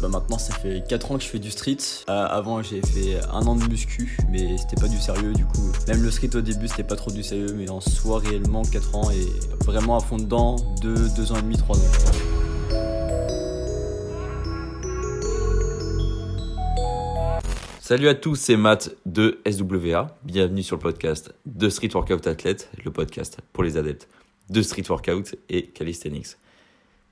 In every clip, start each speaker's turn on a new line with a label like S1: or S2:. S1: Bah maintenant ça fait 4 ans que je fais du street. Euh, avant j'ai fait un an de muscu mais c'était pas du sérieux du coup. Même le street au début c'était pas trop du sérieux mais en soi réellement 4 ans et vraiment à fond dedans 2, 2 ans et demi, 3 ans.
S2: Salut à tous, c'est Matt de SWA. Bienvenue sur le podcast de Street Workout Athlète, le podcast pour les adeptes de Street Workout et Calisthenics.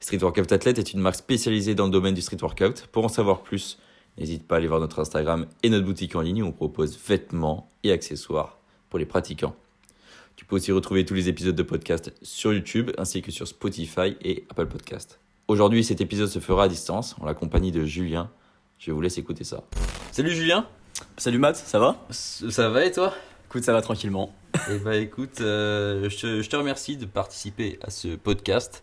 S2: Street Workout Athlète est une marque spécialisée dans le domaine du street workout. Pour en savoir plus, n'hésite pas à aller voir notre Instagram et notre boutique en ligne où on propose vêtements et accessoires pour les pratiquants. Tu peux aussi retrouver tous les épisodes de podcast sur YouTube ainsi que sur Spotify et Apple Podcast. Aujourd'hui, cet épisode se fera à distance en la compagnie de Julien. Je vous laisse écouter ça. Salut Julien
S1: Salut Matt, ça va
S2: Ça va et toi
S1: Écoute ça va tranquillement.
S2: Eh bah écoute, euh, je, te, je te remercie de participer à ce podcast.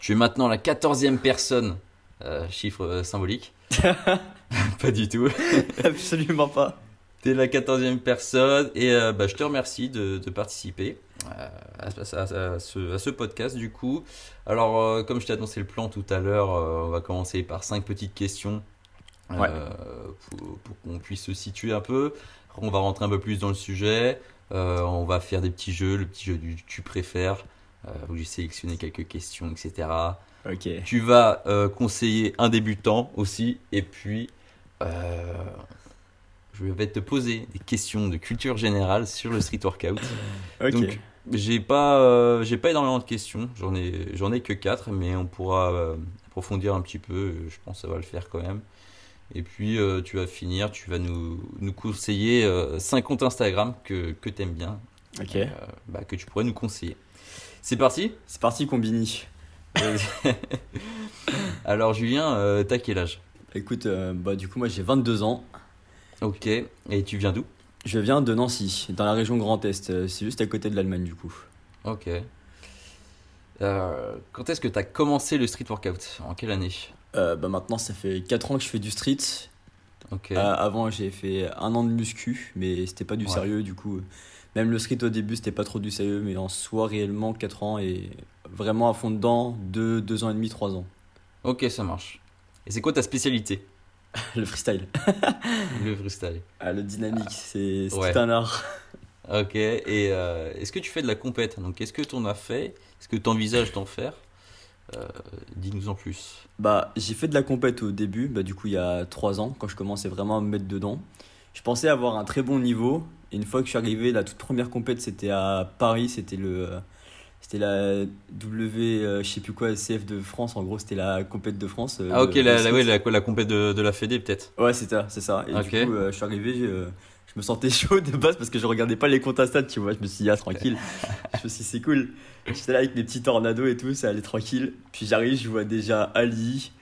S2: Je suis maintenant la quatorzième personne, euh, chiffre euh, symbolique. Pas du tout.
S1: Absolument pas.
S2: T'es la quatorzième personne et euh, bah, je te remercie de, de participer euh, à, à- à ce, à ce podcast du coup. Alors euh, comme je t'ai annoncé le plan tout à l'heure, euh, on va commencer par cinq petites questions euh,
S1: Ouais.
S2: pour, pour qu'on puisse se situer un peu. On va rentrer un peu plus dans le sujet. Euh, on va faire des petits jeux, le petit jeu du tu préfères, euh, où j'ai sélectionné quelques questions, etc.
S1: Ok.
S2: Tu vas euh, conseiller un débutant aussi, et puis euh, je vais te poser des questions de culture générale sur le street workout.
S1: Ok.
S2: Donc j'ai pas, euh, j'ai pas énormément de questions, j'en ai, j'en ai que quatre, mais on pourra euh, approfondir un petit peu. Je pense que ça va le faire quand même. Et puis euh, tu vas finir, tu vas nous, nous conseiller euh, cinq comptes Instagram que que t'aimes bien,
S1: ok.
S2: euh, bah, que tu pourrais nous conseiller. C'est parti.
S1: C'est parti Combini.
S2: Alors Julien, euh, t'as quel âge
S1: Écoute, euh, bah du coup moi j'ai 22 ans.
S2: Ok, et tu viens d'où
S1: Je viens de Nancy, dans la région Grand Est. Euh, C'est juste à côté de l'Allemagne du coup.
S2: Ok. Euh, quand est-ce que tu as commencé le street workout En quelle année
S1: Euh, bah maintenant ça fait 4 ans que je fais du street.
S2: Ok.
S1: Euh, avant, j'ai fait un an de muscu, mais c'était pas du
S2: Ouais.
S1: sérieux. Du coup, même le street au début, c'était pas trop du sérieux, mais en soi, réellement, 4 ans et vraiment à fond dedans, 2, 2 ans et demi, 3 ans.
S2: Ok, ça marche. Et c'est quoi ta spécialité
S1: le freestyle,
S2: Le freestyle.
S1: Ah, le dynamique, c'est c'est
S2: Ouais.
S1: tout un art.
S2: Ok, et euh, est-ce que tu fais de la compète Donc est-ce que t'en as fait Est-ce que t'envisages d'en faire Euh, Dis-nous en plus.
S1: Bah, j'ai fait de la compète au début, bah, du coup, il y a 3 ans, quand je commençais vraiment à me mettre dedans. Je pensais avoir un très bon niveau. Et une fois que je suis arrivé, la toute première compète, c'était à Paris, c'était le. euh, C'était la W, euh, je sais plus quoi, CF de France, en gros, c'était la compète de France. euh,
S2: Ah ok,
S1: de- de
S2: la, la,
S1: street.
S2: ouais, la, quoi, la compète de, de la Fédé peut-être
S1: Ouais, c'est ça, c'est ça. Et
S2: Ok.
S1: du coup, euh, je suis arrivé, j'ai, euh, je me sentais chaud de base parce que je regardais pas les comptes à stats, tu vois. Je me suis dit, ah, tranquille. je me suis dit, c'est cool. J'étais là avec mes petits tornados et tout, ça allait tranquille. Puis j'arrive, je vois déjà Ali.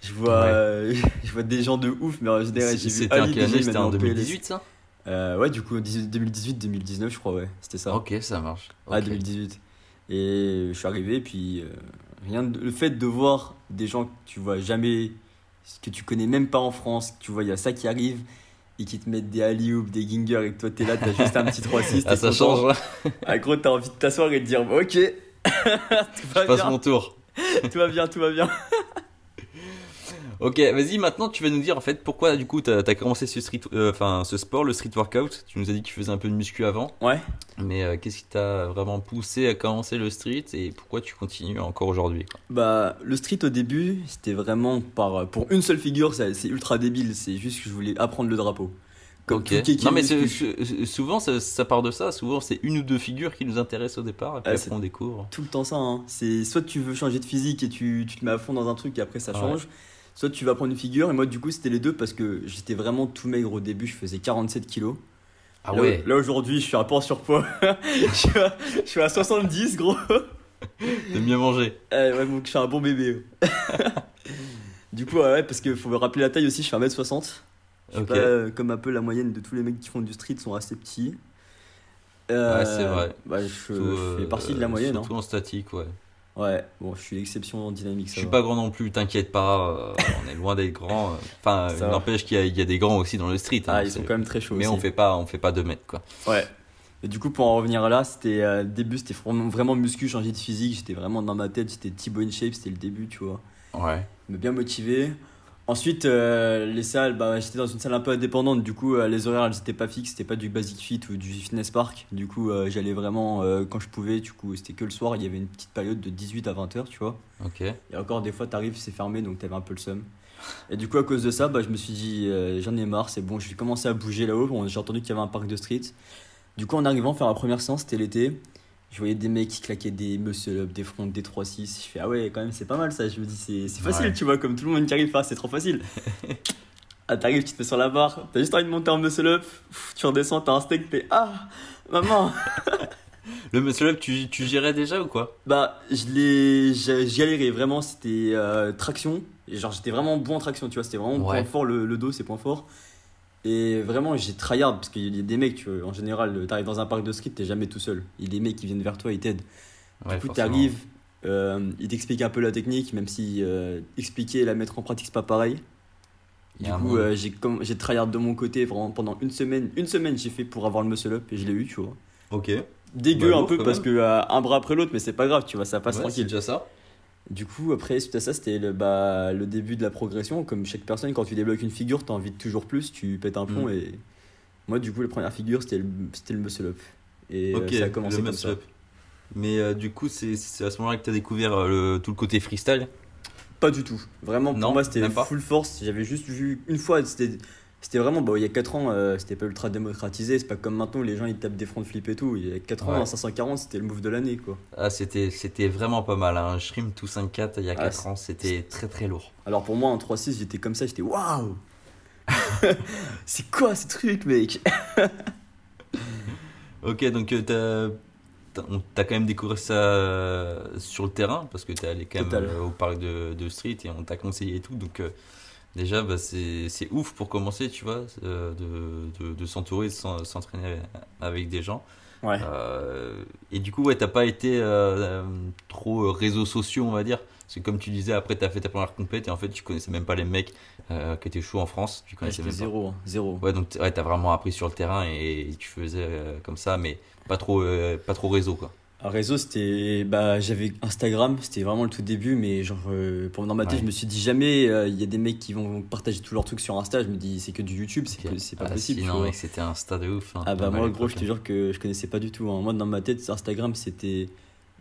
S1: Je vois,
S2: Ouais.
S1: euh, je vois des gens de ouf, mais en général, j'ai vu
S2: C'était en
S1: Ali
S2: quelle
S1: déjà,
S2: année
S1: il m'a
S2: C'était
S1: mis
S2: en
S1: PLS.
S2: 2018 ça
S1: Euh, Ouais, du coup, 2018-2019, je crois, ouais. C'était ça.
S2: Ok, ça marche.
S1: Ah,
S2: Ok.
S1: 2018. Et je suis arrivé, et puis euh, rien de- le fait de voir des gens que tu vois jamais, que tu connais même pas en France, tu vois, il y a ça qui arrive, et qui te mettent des alley-oop, des gingers, et que toi t'es là, t'as juste un petit 3-6.
S2: Ah,
S1: t'es content.
S2: ça change là.
S1: Ah, gros, t'as envie de t'asseoir et de dire, ok, tout va
S2: Passe
S1: bien,
S2: mon tour.
S1: tout va bien, tout va bien.
S2: Ok, vas-y, maintenant tu vas nous dire en fait pourquoi du coup t'as as commencé ce, street, euh, enfin, ce sport, le street workout. Tu nous as dit que tu faisais un peu de muscu avant,
S1: Ouais.
S2: mais euh, qu'est-ce qui t'a vraiment poussé à commencer le street et pourquoi tu continues encore aujourd'hui quoi
S1: Bah, le street au début, c'était vraiment par, euh, pour une seule figure, ça- c'est ultra débile, c'est juste que je voulais apprendre le drapeau. Comme
S2: Ok.
S1: tout kéké
S2: Non mais c'est-
S1: muscu.
S2: c'est- souvent ça, ça part de ça, souvent c'est une ou deux figures qui nous intéressent au départ et puis
S1: Ah,
S2: après
S1: c'est-
S2: on découvre.
S1: tout le temps ça. hein. C'est soit tu veux changer de physique et tu, tu te mets à fond dans un truc et après ça
S2: Ouais.
S1: change, soit tu vas prendre une figure. Et moi, du coup, c'était les deux parce que j'étais vraiment tout maigre au début. Je faisais 47 kilos.
S2: Ah
S1: là, là, aujourd'hui, je suis un peu en surpoids. je, suis à, je suis à 70, gros.
S2: de bien manger.
S1: Euh, ouais, donc je suis un bon bébé. du coup, ouais, ouais, parce qu'il faut me rappeler la taille aussi. Je fais 1m60. Je suis
S2: Ok,
S1: pas, euh, comme un peu la moyenne de tous les mecs qui font du street sont assez petits. Euh,
S2: Ouais, c'est vrai.
S1: bah, je,
S2: Surtout,
S1: je fais
S2: euh,
S1: partie de la moyenne. hein.
S2: Surtout en statique, ouais.
S1: Ouais, bon, je suis exception en dynamique.
S2: Je
S1: ça
S2: suis
S1: va.
S2: pas grand non plus, t'inquiète pas, euh, on est loin d'être grand. euh. Enfin,
S1: Ça va.
S2: n'empêche qu'il y, a- il y a des grands aussi dans le street. hein,
S1: Ah, ils
S2: c'est-
S1: sont quand même très chauds.
S2: Mais
S1: aussi.
S2: on fait pas, on fait pas 2 mètres quoi.
S1: Ouais. Et du coup, pour en revenir là, c'était euh, début, c'était vraiment, vraiment muscu, changer de physique. J'étais vraiment dans ma tête, j'étais T-bone shape, c'était le début, tu vois.
S2: Ouais.
S1: Mais bien motivé. Ensuite, euh, les salles, bah, j'étais dans une salle un peu indépendante, du coup, euh, les horaires, elles n'étaient pas fixes, c'était pas du Basic Fit ou du Fitness Park. Du coup, euh, j'allais vraiment euh, quand je pouvais, du coup, c'était que le soir, il y avait une petite période de 18 à 20 heures, tu vois.
S2: Ok.
S1: Et encore, des fois, t'arrives, c'est fermé, donc t'avais un peu le seum. Et du coup, à cause de ça, bah, je me suis dit, euh, j'en ai marre, c'est bon, je vais commencer à bouger là-haut. Bon, j'ai entendu qu'il y avait un parc de street. Du coup, en arrivant faire ma première séance, c'était l'été. Je voyais des mecs qui claquaient des muscle-up, des fronts, des 3-6. Je fais, ah ouais, quand même, c'est pas mal ça. Je me dis, c'est c'est facile,
S2: Ouais.
S1: tu vois, comme tout le monde qui arrive, ah, c'est trop facile. ah, t'arrives, tu te mets sur la barre, t'as juste envie de monter en muscle-up, Pff, tu redescends, t'as un steak, t'es, ah, maman.
S2: Le muscle up, tu, tu gérais déjà ou quoi
S1: Bah, je l'ai. j'a- J'y galérais vraiment, c'était euh, traction. Et Genre, j'étais vraiment bon en traction, tu vois. C'était vraiment
S2: Ouais.
S1: point fort, le, le dos, c'est point fort. Et vraiment, j'ai tryhard parce qu'il y a des mecs, tu vois, en général, t'arrives dans un parc de skate, t'es jamais tout seul. Il y a des mecs qui viennent vers toi, ils t'aident.
S2: Ouais,
S1: du coup,
S2: forcément.
S1: t'arrives, euh, ils t'expliquent un peu la technique, même si euh, expliquer et la mettre en pratique, c'est pas pareil.
S2: Il y
S1: Du
S2: a un
S1: coup,
S2: monde.
S1: euh, j'ai comm- j'ai tryhard de mon côté vraiment pendant une semaine. Une semaine, j'ai fait pour avoir le muscle up et je l'ai eu, tu vois.
S2: Ok.
S1: Dégueu
S2: Bah,
S1: un
S2: lourd,
S1: peu
S2: quand
S1: parce
S2: même.
S1: que euh, un bras après l'autre, mais c'est pas grave, tu vois, ça passe
S2: Ouais, c'est
S1: tranquille.
S2: déjà ça.
S1: Du coup, après, suite à ça, c'était le, bah, le début de la progression. Comme chaque personne, quand tu débloques une figure, t'as envie de toujours plus, tu pètes un plomb.
S2: Mm.
S1: Et moi, du coup, la première figure, c'était le, c'était le muscle up. Et euh,
S2: ok,
S1: ça a commencé
S2: le
S1: comme
S2: muscle
S1: ça.
S2: up. Mais euh, du coup, c'est c'est à ce moment-là que tu as découvert euh, le- tout le côté freestyle.
S1: Pas du tout. Vraiment, pour
S2: Non,
S1: moi, c'était
S2: même pas.
S1: full force. J'avais juste vu une fois. C'était c'était vraiment, bah, il y a 4 ans, euh, c'était pas ultra démocratisé. C'est pas comme maintenant où les gens ils tapent des fronts flips et tout. Il y a 4 ans,
S2: Ouais.
S1: en 540, c'était le move de l'année, quoi.
S2: Ah, c'était c'était vraiment pas mal. hein. Un shrimp tout 5-4 il y a
S1: Ah,
S2: 4 ans, c'était très très lourd.
S1: Alors pour moi, en 3-6, j'étais comme ça, j'étais waouh C'est quoi ce truc, mec
S2: Ok, donc euh, t'as t'as- on- t'as quand même découvert ça euh, sur le terrain parce que t'es allé quand même
S1: Total.
S2: euh, au parc de, de street et on t'a conseillé et tout. Donc euh, déjà, bah, c'est c'est ouf pour commencer, tu vois, euh, de, de, de s'entourer, de s'en- s'entraîner avec des gens.
S1: Ouais.
S2: Euh, et du coup, ouais, t'as pas été euh, euh, trop euh, réseaux sociaux, on va dire. Parce que comme tu disais, après t'as fait ta première compète et en fait tu connaissais même pas les mecs euh, qui étaient chauds en France. Tu
S1: Ouais,
S2: connaissais
S1: j'étais
S2: même pas.
S1: zéro, hein, zéro.
S2: Ouais, donc t- ouais, t'as vraiment appris sur le terrain et, et tu faisais euh, comme ça, mais pas trop, euh, pas trop réseau quoi.
S1: Un réseau, c'était. Bah, j'avais Instagram, c'était vraiment le tout début, mais genre, euh, pendant ma tête,
S2: Ouais.
S1: je me suis dit jamais, euh, il y a des mecs qui vont partager tous leurs trucs sur Insta, je me dis, c'est que du YouTube, c'est que- c'est pas
S2: Ah,
S1: possible.
S2: si,
S1: tu
S2: non,
S1: vois.
S2: mec, c'était un stade de ouf. hein.
S1: ah, bah,
S2: Dans
S1: moi,
S2: ma
S1: gros, je te
S2: époque,
S1: jure que je connaissais pas du tout. hein. Moi, dans ma tête, Instagram, c'était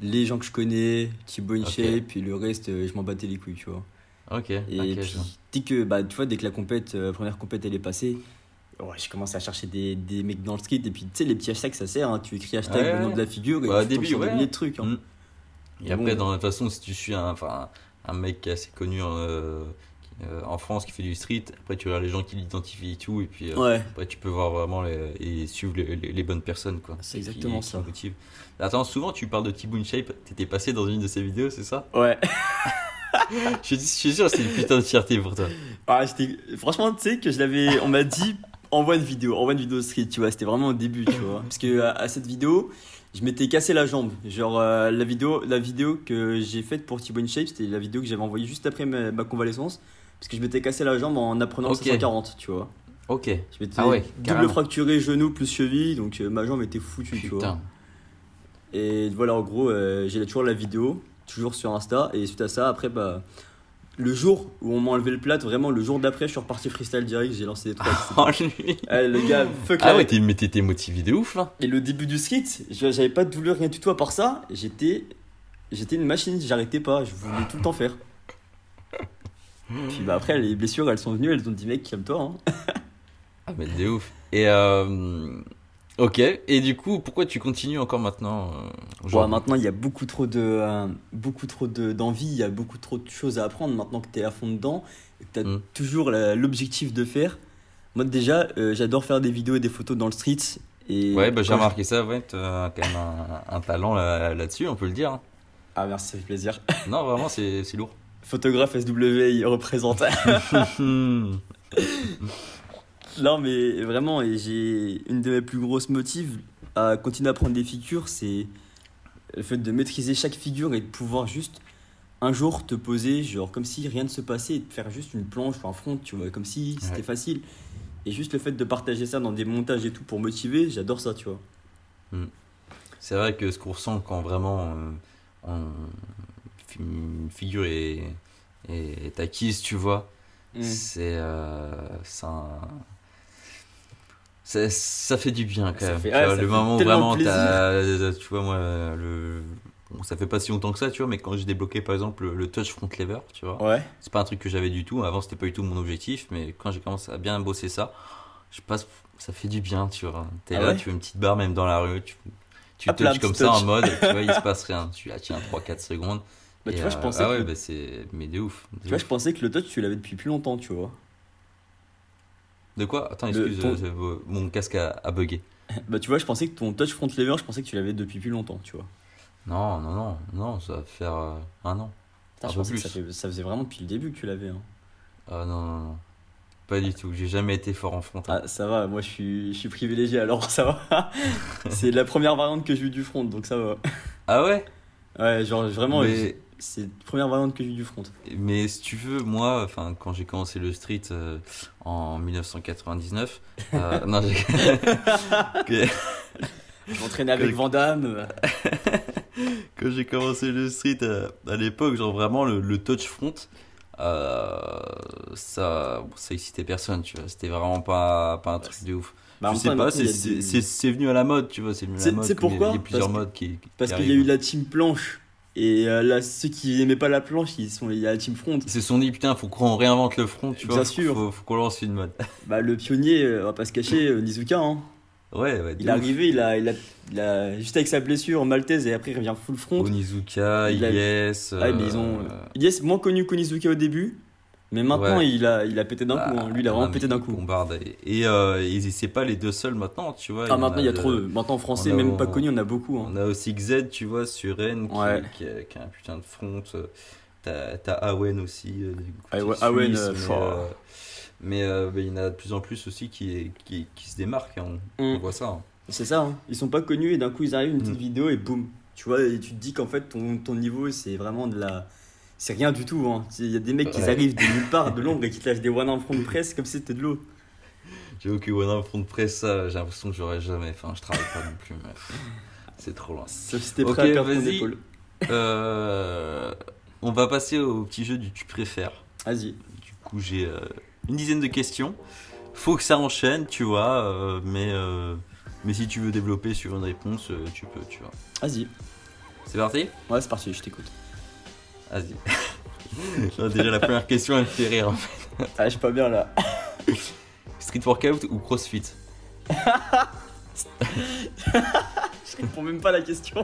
S1: les gens que je connais, qui bonne
S2: Ok.
S1: shape, puis le reste, euh, je m'en battais les couilles, tu vois.
S2: hein. Ok,
S1: Et
S2: ok, je
S1: puis,
S2: vois.
S1: dès que, bah, tu vois, dès que la compète, euh, première compète, elle est passée, ouais, j'ai commencé à chercher des, des mecs dans le street. Et puis, tu sais, les petits hashtags, ça sert. hein. Tu écris hashtag
S2: Ouais,
S1: le nom
S2: ouais.
S1: de la figure et
S2: Bah,
S1: tu
S2: début,
S1: tombes sur
S2: ouais.
S1: des milliers de trucs. hein.
S2: Mm. Et
S1: Mais
S2: après,
S1: bon.
S2: dans, de toute façon, si tu suis un, enfin, un mec qui est assez connu euh, qui- euh, en France qui fait du street, après tu regardes les gens qui l'identifient et tout, et puis euh,
S1: Ouais.
S2: après tu peux voir vraiment les- et suivre les, les- les bonnes personnes quoi.
S1: C'est
S2: Qui-
S1: exactement
S2: qui
S1: ça.
S2: motivent. Attends, souvent tu parles de T-Boone Shape, t'étais passé dans une de ses vidéos, c'est ça
S1: Ouais.
S2: je, suis, je suis sûr, c'est une putain de fierté pour toi.
S1: Ah, j'étais- Franchement, tu sais que je l'avais. On m'a dit envoie une vidéo, envoie une vidéo street, tu vois. C'était vraiment au début, tu vois. Parce que à, à cette vidéo, je m'étais cassé la jambe. Genre, euh, la, vidéo, la vidéo que j'ai faite pour T-Bone Shape, c'était la vidéo que j'avais envoyée juste après ma, ma convalescence. Parce que je m'étais cassé la jambe en apprenant
S2: Ok.
S1: 540, tu vois.
S2: Ok.
S1: Je m'étais
S2: Ah ouais,
S1: double
S2: carrément.
S1: fracturé genou plus cheville, donc euh, ma jambe était foutue, tu vois.
S2: Putain.
S1: Et voilà, en gros, euh, j'ai toujours la vidéo, toujours sur Insta. Et suite à ça, après, bah, le jour où on m'a enlevé le plat, vraiment, le jour d'après, je suis reparti freestyle direct, j'ai lancé des trucs.
S2: Oh, lui.
S1: Eh, le gars, fuck
S2: Ah
S1: la
S2: ouais,
S1: hype.
S2: t'es- mais t'étais motivé de ouf hein. là.
S1: Et le début du skate, je- j'avais pas de douleur, rien du tout à part ça. J'étais. J'étais une machine, j'arrêtais pas, je voulais tout le temps faire.
S2: Ah.
S1: Puis bah après, les blessures, elles sont venues, elles ont dit, mec, calme-toi. hein.
S2: Ah mais de ouf. Et euh, ok. Et du coup, pourquoi tu continues encore maintenant euh,
S1: Ouais,
S2: aujourd'hui
S1: maintenant, il y a beaucoup trop de, euh, beaucoup trop de- d'envie, il y a beaucoup trop de choses à apprendre maintenant que tu es à fond dedans, et que tu as
S2: Mm.
S1: toujours la- l'objectif de faire. Moi, déjà, euh, j'adore faire des vidéos et des photos dans le street. Et
S2: Ouais, bah, j'ai
S1: quand je-
S2: remarqué ça. Ouais, t'as quand même un, un talent là- là-dessus, on peut le dire. hein.
S1: Ah, merci, ça fait plaisir.
S2: Non, vraiment, c'est c'est lourd.
S1: Photographe SW, il représente.
S2: Hmm.
S1: non, mais vraiment, et j'ai une de mes plus grosses motifs à continuer à prendre des figures, c'est le fait de maîtriser chaque figure et de pouvoir juste un jour te poser, genre comme si rien ne se passait, et de faire juste une planche ou un front, tu vois, comme si c'était
S2: Ouais.
S1: facile. Et juste le fait de partager ça dans des montages et tout pour motiver, j'adore ça, tu vois.
S2: C'est vrai que ce qu'on ressent quand vraiment euh, on- une figure est, est acquise, tu vois,
S1: Mm.
S2: C'est euh, c'est un- c'est- Ça fait du bien quand
S1: Ça
S2: même.
S1: fait-
S2: tu
S1: ouais,
S2: vois,
S1: ça
S2: le
S1: fait
S2: moment où
S1: tellement
S2: vraiment, t'as- tu vois, moi, le... bon, ça fait pas si longtemps que ça, tu vois, mais quand j'ai débloqué par exemple le, le touch front lever, tu vois,
S1: Ouais.
S2: c'est pas un truc que j'avais du tout. Avant, c'était pas du tout mon objectif, mais quand j'ai commencé à bien bosser ça, je passe, ça fait du bien, tu vois. T'es
S1: Ah
S2: là,
S1: ouais Ah,
S2: tu veux une petite barre même dans la rue, tu, tu
S1: Hop là,
S2: touches comme
S1: petit
S2: ça en
S1: touch.
S2: mode, tu vois, il se passe rien. Tu là, tiens, 3-4 secondes.
S1: Bah, tu
S2: et,
S1: vois, je
S2: euh,
S1: pensais
S2: ah ouais,
S1: que-
S2: bah, c'est. Mais de ouf. de
S1: Tu vois,
S2: ouf.
S1: je pensais que le touch, tu l'avais depuis plus longtemps, tu vois.
S2: De quoi Attends,
S1: Le-
S2: excuse,
S1: ton-
S2: euh, euh, mon casque a, a bugué.
S1: Bah, tu vois, je pensais que ton touch front lever, je pensais que tu l'avais depuis plus longtemps, tu vois.
S2: Non, non, non, non, ça va faire euh, un an.
S1: Putain,
S2: Un
S1: je
S2: peu
S1: pensais que ça,
S2: plus.
S1: fait- ça faisait vraiment depuis le début que tu l'avais. hein.
S2: Ah non, non, non. Pas du tout, j'ai jamais été fort en front. hein.
S1: Ah, ça va, moi je suis, je suis privilégié alors, ça va. c'est la première variante que j'ai eu du front, donc ça va.
S2: Ah ouais
S1: Ouais, genre vraiment,
S2: Mais-
S1: c'est la première variante que j'ai eu du front.
S2: Mais si tu veux, moi, enfin, quand j'ai commencé le street euh, en 1999, euh, non, j'ai- que-
S1: Je m'entraînais avec Van Damme. euh,
S2: quand j'ai commencé le street euh, à l'époque, genre vraiment le, le touch front, euh, ça, bon, ça excitait personne, tu vois. C'était vraiment pas, pas un truc de ouf.
S1: bah, en
S2: je
S1: même
S2: sais
S1: temps,
S2: pas,
S1: maintenant, il
S2: c'est
S1: y a des-
S2: c'est- c'est- c'est venu à la mode, tu vois. C'est venu à la
S1: C'est-
S2: mode.
S1: c'est
S2: comme il y a-
S1: pourquoi
S2: Il y a plusieurs
S1: Parce que-
S2: modes qui. qui
S1: Parce qu'il y a
S2: arrivent.
S1: eu la team planche. Et euh, là, ceux qui n'aimaient pas la planche, ils sont il y a la team front.
S2: Ils se sont dit, putain, faut qu'on réinvente le front, tu
S1: Bien
S2: vois.
S1: sûr.
S2: Faut, faut qu'on lance une mode.
S1: Bah, le pionnier, euh, on va pas se cacher, euh, Nizuka, hein.
S2: Ouais, ouais. de
S1: Il est
S2: ouf.
S1: arrivé, il a, il, a, il a- juste avec sa blessure maltaise et après il revient full front.
S2: Onizuka,
S1: Il a-
S2: Yes. euh,
S1: Ouais, mais ils ont. Yes, moins connu qu'Onizuka au début, mais maintenant
S2: Ouais. Bah,
S1: il, a, il a pété d'un coup. hein. Lui, il a vraiment pété d'un coup.
S2: Bombarde. Et euh, ils- c'est pas les deux seuls maintenant, tu vois.
S1: Ah, maintenant il y a
S2: le-
S1: trop de. Maintenant en français,
S2: on a-
S1: même
S2: on-
S1: pas connu, on a beaucoup. hein.
S2: On a aussi XZ, tu vois, sur Rennes, qui,
S1: Ouais.
S2: qui a, qui a un putain de front. euh, T'as t'as Awen aussi. euh, du côté
S1: Ah ouais,
S2: suisse,
S1: Awen,
S2: mais,
S1: euh, pff,
S2: euh, mais, euh, mais il y en a de plus en plus aussi qui, qui, qui se démarquent. hein, On, on
S1: Mm.
S2: voit ça. hein.
S1: C'est ça, hein. ils sont pas connus et d'un coup ils arrivent une petite
S2: Mm.
S1: vidéo et boum. Tu vois, et tu te dis qu'en fait ton, ton niveau c'est vraiment de la. C'est rien du tout. hein. Il y a des mecs qui
S2: Ouais.
S1: arrivent de nulle part, de l'ombre et qui te lâchent des one en front de presse comme si c'était de l'eau.
S2: J'avoue que Awen, un front de presse, ça, j'ai l'impression que j'aurais jamais. Enfin, je travaille pas non plus, mais c'est trop loin.
S1: Sauf si t'es
S2: Ok,
S1: prêt à perdre ton
S2: vas-y.
S1: épaule.
S2: Euh, on va passer au petit jeu du tu préfères.
S1: Vas-y.
S2: Du coup, j'ai euh, une dizaine de questions. Faut que ça enchaîne, tu vois, euh, mais, euh, mais si tu veux développer sur une réponse, euh, tu peux, tu vois.
S1: Vas-y.
S2: C'est parti
S1: Ouais, c'est parti, je t'écoute.
S2: Vas-y. Non, déjà, la première question, elle me fait rire.
S1: Ah, je suis pas bien là.
S2: Street workout ou crossfit
S1: Je réponds même pas à la question.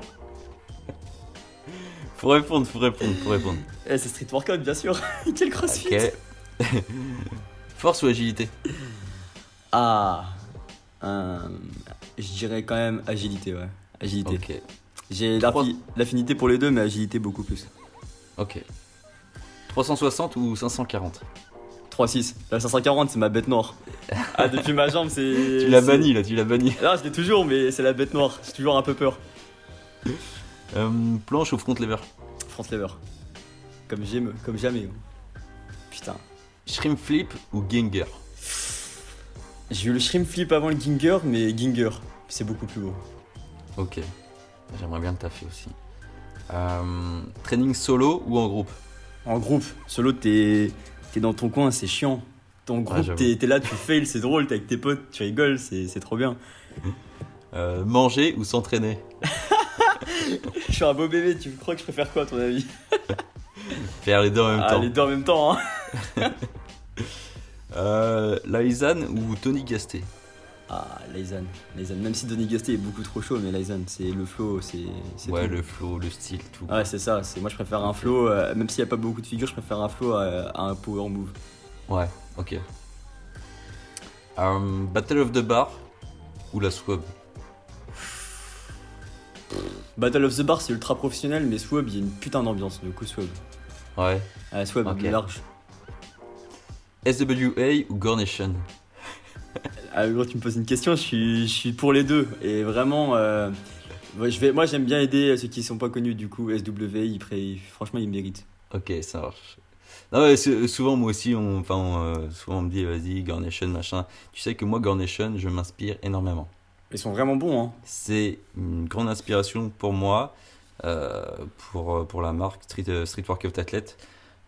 S2: Faut répondre, faut répondre, faut répondre.
S1: Eh, c'est Street Workout, bien sûr. Quel crossfit
S2: Ok. Force ou agilité
S1: Ah. euh, je dirais quand même agilité, ouais. Agilité.
S2: Ok.
S1: J'ai
S2: Trois-
S1: l'affi- l'affinité pour les deux, mais agilité beaucoup plus.
S2: Ok. 360 ou 540
S1: 3-6. La 540, c'est ma bête noire. ah, depuis ma jambe, c'est.
S2: Tu l'as
S1: Euh, c'est-
S2: banni là, tu l'as banni.
S1: Non, je l'ai toujours, mais c'est la bête noire. J'ai toujours un peu peur.
S2: Euh, planche ou front lever
S1: France Lever. Comme, j'aime- comme jamais. hein. Putain.
S2: Shrimp flip ou Ginger
S1: J'ai eu le shrimp flip avant le Ginger, mais Ginger, c'est beaucoup plus beau.
S2: Ok. J'aimerais bien le taffer aussi. Euh, training solo ou en groupe
S1: En groupe, solo, t'es t'es dans ton coin, c'est chiant. Ton groupe,
S2: j'avoue.
S1: t'es- t'es là, tu fails, c'est drôle, t'es avec tes potes, tu rigoles, c'est c'est trop bien.
S2: Euh, Manger ou s'entraîner
S1: Je suis un beau bébé, tu crois que je préfère quoi à ton avis
S2: Faire les deux en même
S1: Ah,
S2: temps.
S1: les deux en même temps, hein
S2: Euh, Laïzane ou Tony Gasté
S1: Ah, Lysan, Lysan, même si Donny Gasté est beaucoup trop chaud, mais Lysan, c'est le flow, c'est. c'est
S2: Ouais,
S1: tout.
S2: le flow, le style, tout.
S1: Ah Ouais, c'est ça, c'est moi je préfère un flow, euh, même s'il n'y a pas beaucoup de figures, je préfère un flow à, à un power move.
S2: Ouais, ok. Euh, Battle of the Bar ou la Swab
S1: Battle of the Bar, c'est ultra professionnel, mais Swab, il y a une putain d'ambiance, du coup, Swab.
S2: Ouais.
S1: Ah, Swab,
S2: Ok.
S1: le large.
S2: SWA ou Gornation
S1: Ah, gros, tu me poses une question, je suis, je suis pour les deux. Et vraiment, euh, moi, je vais, moi j'aime bien aider ceux qui sont pas connus, du coup, SW, ils pré- franchement, ils méritent.
S2: Ok, ça marche. Non, mais c'est- euh, souvent, moi aussi, on, enfin, on, euh, souvent, on me dit, vas-y, Gornation, machin. Tu sais que moi, Gornation, je m'inspire énormément.
S1: Ils sont vraiment bons, hein.
S2: C'est une grande inspiration pour moi, euh, pour, pour la marque Street, euh, Street euh, Workout Athlete.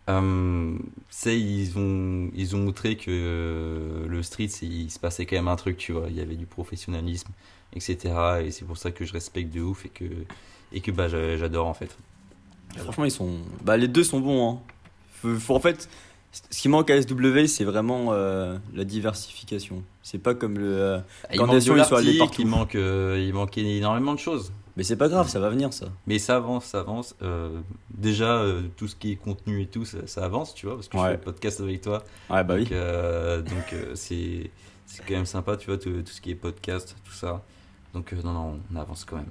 S2: Euh, c'est ils ont ils ont montré que euh, le street c'est- il se passait quand même un truc tu vois il y avait du professionnalisme etc et c'est pour ça que je respecte de ouf et que et que bah j'a- j'adore en fait
S1: Franchement, ils sont. Bah, les deux sont bons. Hein. Faut- faut- en fait, c- ce qui manque à SW, c'est vraiment euh, la diversification. C'est pas comme le. euh,
S2: il
S1: Quand
S2: manque
S1: bien sûr,
S2: de
S1: ils sont allés
S2: l'article,
S1: partout.
S2: il manque euh, il manquait énormément de choses
S1: Mais c'est pas grave, ça va venir ça.
S2: mais ça avance ça avance Euh, déjà euh, tout ce qui est contenu et tout ça, ça avance tu vois parce que je
S1: Ouais.
S2: fais le podcast avec toi
S1: Ouais, bah oui.
S2: Donc, euh, donc, euh, c'est c'est quand même sympa, tu vois, tout, tout ce qui est podcast, tout ça. Donc, euh, non, non, on avance quand même.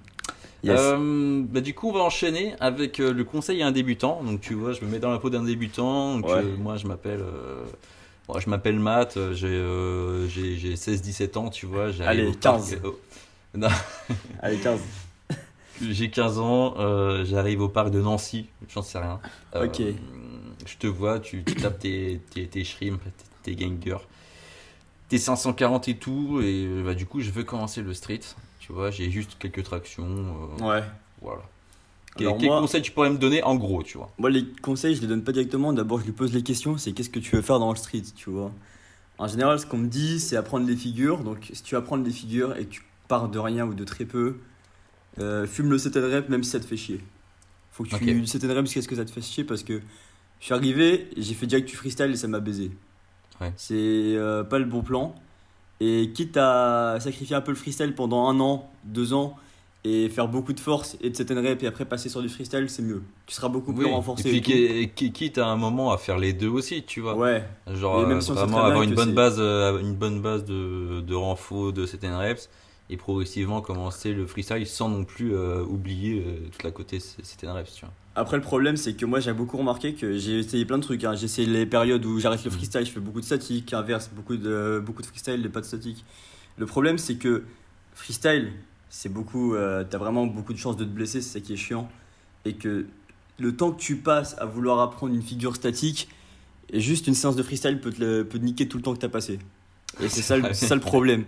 S1: Yes.
S2: Euh, bah, du coup, on va enchaîner avec euh, le conseil à un débutant. Donc, tu vois, je me mets dans la peau d'un débutant. Donc,
S1: Ouais.
S2: euh, moi, je m'appelle. euh, moi, je m'appelle Matt, euh, j'ai euh, j'ai- j'ai 16-17 ans, tu vois. j'arrive
S1: Allez,
S2: au parc-
S1: 15.
S2: au-
S1: Allez, 15.
S2: j'ai 15 ans, euh, j'arrive au parc de Nancy, j'en sais rien. Euh,
S1: Ok.
S2: Je te vois, tu, tu tapes tes, tes, tes shrimp, tes, tes gangers, tes 540 et tout, et euh, bah, du coup, je veux commencer le street. Tu vois, j'ai juste quelques tractions. euh,
S1: Ouais.
S2: Voilà. Quel,
S1: Alors
S2: quel
S1: moi-
S2: conseil tu pourrais me donner en gros, tu vois
S1: Moi, les conseils, je les donne pas directement. D'abord, je lui pose les questions c'est qu'est-ce que tu veux faire dans le street, tu vois. En général, ce qu'on me dit, c'est apprendre les figures. Donc, si tu apprends des figures et que tu pars de rien ou de très peu, euh, fume le CTN rep même si ça te fait chier. Faut que tu
S2: Ok.
S1: le CTN rep jusqu'à ce que ça te fasse chier parce que je suis arrivé, j'ai fait direct du freestyle et ça m'a baisé.
S2: Ouais.
S1: C'est euh, pas le bon plan. Et quitte à sacrifier un peu le freestyle pendant un an, deux ans, et faire beaucoup de force et de certaines reps et après passer sur du freestyle, c'est mieux. Tu seras beaucoup plus
S2: Oui.
S1: renforcé.
S2: Et
S1: et tout.
S2: puis, qui- qui- quitte à un moment à faire les deux aussi, tu vois.
S1: Ouais,
S2: Genre
S1: Et même
S2: euh,
S1: si on sait
S2: vraiment
S1: très bien
S2: avoir une
S1: que
S2: bonne
S1: c'est-
S2: base, euh, une bonne base de, de renfo, de certaines reps, et progressivement commencer le freestyle sans non plus euh, oublier euh, toute la côté certaines reps, tu vois.
S1: Après, le problème, c'est que moi, j'ai beaucoup remarqué que j'ai essayé plein de trucs. hein. J'ai essayé les périodes où j'arrête le freestyle, je fais beaucoup de statique, inverse, beaucoup de, beaucoup de freestyle et pas de statique. Le problème, c'est que freestyle, c'est beaucoup. euh, T'as vraiment beaucoup de chances de te blesser, c'est ça qui est chiant. Et que le temps que tu passes à vouloir apprendre une figure statique, et juste une séance de freestyle peut te, le- peut te niquer tout le temps que t'as passé. Et c'est ça, le- c'est ça le problème.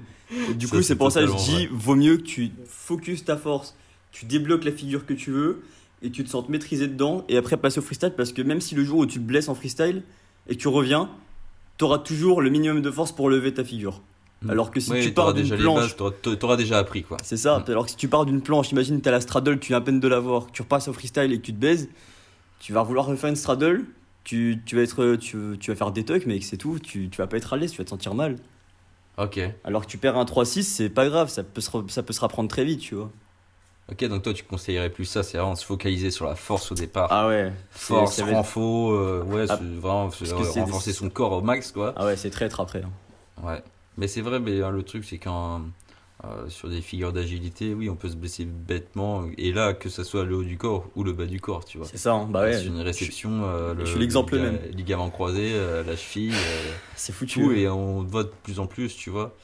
S1: Et du
S2: Ça,
S1: coup,
S2: c'est
S1: c'est pour ça que je
S2: totalement
S1: dis vaut mieux que tu focuses ta force, tu débloques la figure que tu veux et tu te sentes maîtrisé dedans et après passer au freestyle parce que même si le jour où tu te blesses en freestyle et que tu reviens, t'auras toujours le minimum de force pour lever ta figure.
S2: Mm.
S1: Alors que si
S2: Oui,
S1: tu
S2: t'auras
S1: pars d'une
S2: déjà les
S1: planche,
S2: bases, t'auras- t'a- t'auras déjà appris quoi.
S1: c'est ça.
S2: Mm.
S1: Alors que si tu pars d'une planche, imagine t'as la straddle, tu viens à peine de l'avoir, que tu repasses au freestyle et que tu te baises, tu vas vouloir refaire une straddle, tu, tu vas être, tu, tu vas faire des tucks, mais c'est tout, tu, tu vas pas être à l'aise, tu vas te sentir mal.
S2: Ok,
S1: Alors que tu perds un 3-6, c'est pas grave, ça peut, se re- ça peut se rapprendre très vite, tu vois.
S2: ok, donc toi tu conseillerais plus ça, c'est vraiment se focaliser sur la force au départ.
S1: Ah ouais, c'est-
S2: force,
S1: ça va être-
S2: renfo, euh, ouais,
S1: Ah,
S2: c'est vraiment c'est-
S1: parce que
S2: ouais,
S1: c'est-
S2: renforcer son corps au max quoi.
S1: ah ouais, c'est traître après. hein.
S2: Ouais, mais c'est vrai, mais euh, le truc c'est quand euh, sur des figures d'agilité, oui, on peut se blesser bêtement, et là, que ça soit le haut du corps ou le bas du corps, tu vois.
S1: C'est ça, hein, bah ouais,
S2: Sur une réception, euh,
S1: je suis l'exemple
S2: liga-
S1: même.
S2: Ligament croisé, euh, la cheville, euh,
S1: c'est foutu.
S2: tout, et on te voit de plus en plus, tu vois.